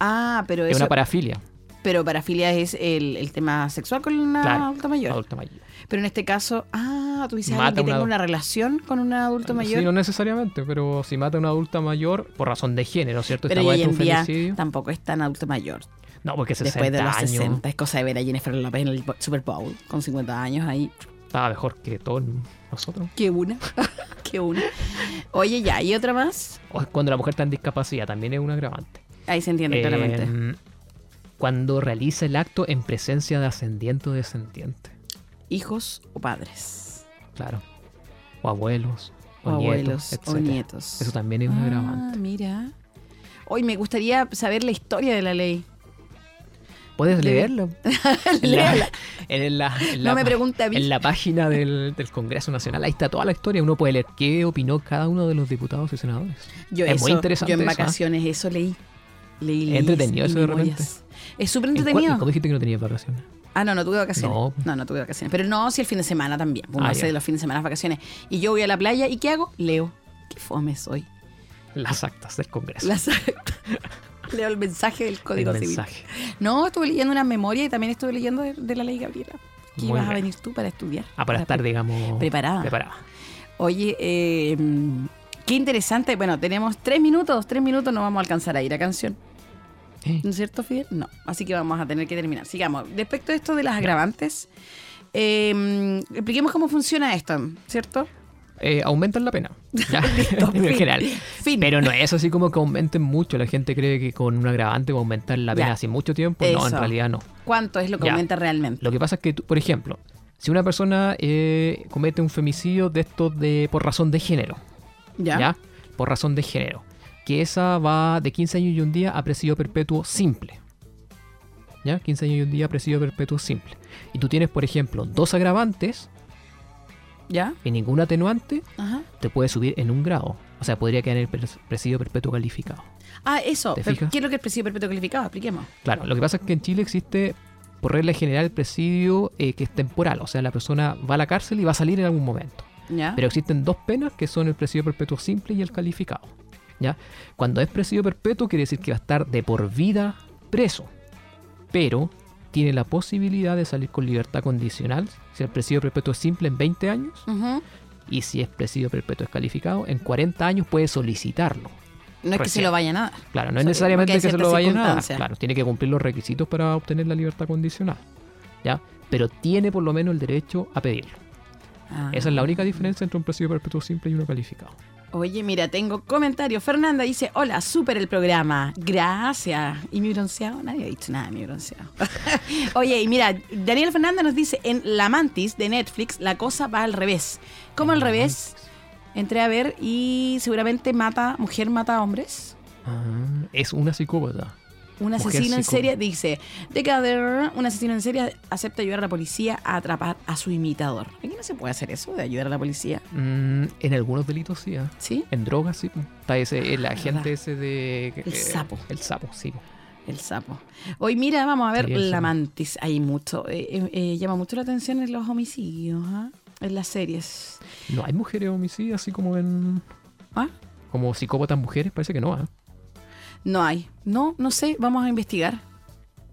Ah, pero Es eso. una parafilia. Pero parafilia es el, el tema sexual con una Claro, adulta Ah, mayor. Adulto mayor. Pero en este caso, ah, tú dices Mata alguien que a tenga una adu- una relación con un adulto mayor. Sí, no necesariamente, pero si mata a una adulta mayor por razón de género, ¿cierto? pero Esta hoy weá es en un día femicidio. tampoco es tan adulto mayor. No, porque 60 Después de los años 60, es cosa de ver a Jennifer López en el Super Bowl con 50 años ahí. estaba mejor que todos nosotros. Que una. (laughs) que una. Oye, ya, ¿y otra más? O es cuando la mujer está en discapacidad también es un agravante. Ahí se entiende claramente. Eh, cuando realiza el acto en presencia de ascendiente o descendiente. Hijos o padres. Claro. O abuelos. O, O, abuelos nietos, o etcétera. nietos. Eso también es un Ah, agravante. mira. Hoy me gustaría saber la historia de la ley. ¿Puedes de- (laughs) leerlo? En Léala. la, en la- en No la me pa- pregunte a mí. En la página del, del Congreso Nacional. Ahí está toda la historia. Uno puede leer qué opinó cada uno de los diputados y senadores. Yo es eso- muy interesante. Yo en eso, ¿ah? vacaciones eso leí. Leí leyes entretenido y eso de memorias. Es súper ¿En cuál- entretenido. ¿Cómo dijiste que no tenías vacaciones? Ah, no, no tuve vacaciones. No. No. no, tuve vacaciones. Pero no, si el fin de semana también. Uno Ah, hace ya. de los fines de semana vacaciones. Y yo voy a la playa y ¿qué hago? Leo. Qué fome soy. Las actas del Congreso. Las- (laughs) Leo el mensaje del el Código Civil. mensaje. No, estuve leyendo una memoria y también estuve leyendo de, de la ley Gabriela. Que Muy ibas a bien. venir tú para estudiar. Ah, para estar, digamos. preparada. Preparada. Oye, eh, mm, qué interesante. Bueno, tenemos tres minutos, tres minutos no vamos a alcanzar a ir a canción. Eh, ¿No es cierto, Fidel? No. Así que vamos a tener que terminar. Sigamos. Respecto a esto de las agravantes, eh, mm, expliquemos cómo funciona esto, ¿cierto? eh, aumentan (laughs) la pena. Ya, (laughs) en fin, general. fin. Pero no es así como que aumenten mucho. La gente cree que con un agravante va a aumentar la Ya. pena hace mucho tiempo. No, en Eso. realidad no. ¿Cuánto es lo que Ya. aumenta realmente? Lo que pasa es que, tú- por ejemplo, si una persona eh, comete un femicidio de estos de por razón de género, ¿Ya? ¿ya? Por razón de género, que esa va de 15 años y un día a presidio perpetuo simple. ¿Ya? 15 años y un día a presidio perpetuo simple. Y tú tienes, por ejemplo, dos agravantes ¿Ya? y ningún atenuante, Ajá. te puede subir en un grado. O sea, podría quedar en el pres- presidio perpetuo calificado. Ah, eso. ¿Te Pero, fijas? ¿Qué es lo que es presidio perpetuo calificado? Expliquemos. Claro, lo que pasa es que en Chile existe, por regla general, el presidio eh, que es temporal. O sea, la persona va a la cárcel y va a salir en algún momento. ¿Ya? Ah. Pero existen dos penas que son el presidio perpetuo simple y el calificado. ¿ya? Cuando es presidio perpetuo quiere decir que va a estar de por vida preso, pero tiene la posibilidad de salir con libertad condicional si el presidio perpetuo es simple en 20 años Ujú. y si es presidio perpetuo es calificado, en 40 años puede solicitarlo. No es que se Recién. lo vayan a dar. Claro, no O sea, es necesariamente que porque hay se lo vayan a dar. circunstancias. Claro, tiene que cumplir los requisitos para obtener la libertad condicional. ¿ya? Pero tiene por lo menos el derecho a pedirlo. Ah. Esa es la única diferencia entre un presidio perpetuo simple y uno calificado. Oye, mira, tengo comentario. Fernanda dice, hola, súper el programa. Gracias. ¿Y mi bronceado? Nadie ha dicho nada de mi bronceado. (laughs) Oye, y mira, Daniel Fernanda nos dice, en La Mantis de Netflix, la cosa va al revés. ¿Cómo al revés? Entré a ver y seguramente mata, mujer mata a hombres. Ah, es una psicópata. Un Mujer asesino en psicó- serie dice, Decader, un asesino en serie acepta ayudar a la policía a atrapar a su imitador. Aquí no se puede hacer eso de ayudar a la policía, Mm, en algunos delitos sí, ¿ah? ¿sí? En drogas sí. po. Está ese, el agente ese de... Ah, El sapo. El sapo, sí. po. El sapo. Hoy mira, vamos a ver Sí, el la sapo. mantis. Hay mucho. eh, eh, eh, llama mucho la atención en los homicidios, ¿ah? en las series. No hay mujeres homicidas así como en. ¿Ah? Como psicópatas mujeres, parece que no, ¿ah? No hay. No, no sé. Vamos a investigar.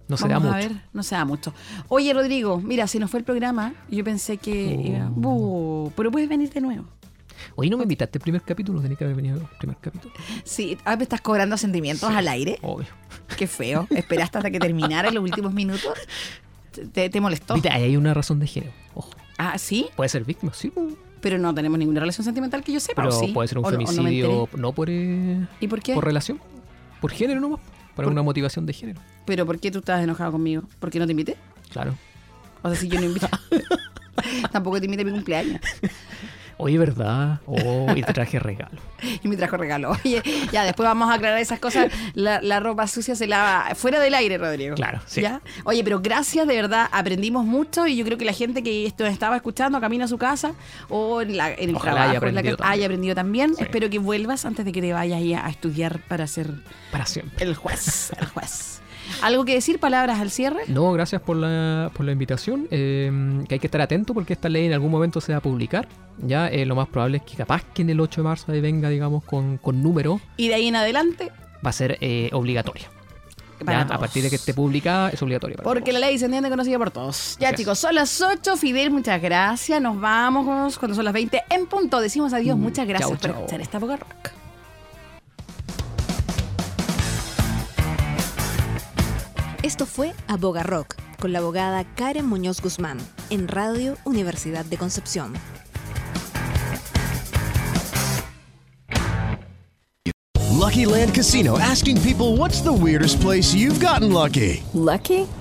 No se Vamos da a mucho. ver, no se da mucho. Oye, Rodrigo, mira, se nos fue el programa. Yo pensé que Oh. iba- Buh, pero puedes venir de nuevo. Hoy no me invitaste al primer capítulo, tenés que haber venido al primer capítulo. Sí, ah, me estás cobrando sentimientos al aire. Obvio. Qué feo. Esperaste hasta que terminara los últimos minutos. ¿Te, te Oh. molestó? Viste, ahí hay una razón de género. Ojo. Ah, sí, Puede ser víctima, sí, po. pero no tenemos ninguna relación sentimental que yo sepa. pero ¿o Oh, sí? puede ser un ¿O no- o no me femicidio enteré? no, por, eh, ¿Y por qué? por relación, por género nomás, por una motivación de género. ¿Pero por qué tú estás enojado conmigo? ¿Por qué no te invité? Claro. O sea, si yo no (laughs) invité. Tampoco te invité a mi cumpleaños. Oye, ¿verdad? Oh, y te traje (laughs) regalo. Y me trajo regalo. (laughs) Oye, ya después vamos a aclarar esas cosas. La, la ropa sucia se lava fuera del aire, Rodrigo. Claro, sí. ¿Ya? Oye, pero gracias, de verdad, aprendimos mucho y yo creo que la gente que esto estaba escuchando camino a su casa o en, la- en el Ojalá trabajo haya en la que- aprendido también. haya aprendido también. Sí. Espero que vuelvas antes de que te vayas ahí a, a estudiar para ser Para siempre. el juez. (laughs) El juez. ¿Algo que decir? ¿Palabras al cierre? No, gracias por la, por la invitación. eh, que hay que estar atento porque esta ley en algún momento se va a publicar. Ya eh, lo más probable es que capaz que en el 8 de marzo ahí venga, digamos, con, con número, Y de ahí en adelante, va a ser eh, obligatoria. para Ya, todos. A partir de que esté publicada es obligatoria. para Porque la todos. ley se entiende conocida por todos. Ya, Así es. chicos, son las 8. Fidel, muchas gracias. Nos vamos cuando son las 20 en punto. Decimos adiós. Mm, Muchas gracias chao, por chao. escuchar esta boca rock. Esto fue Aboga Rock con la abogada Karen Muñoz Guzmán en Radio Universidad de Concepción. Lucky Land Casino asking people what's the weirdest place you've gotten lucky? Lucky?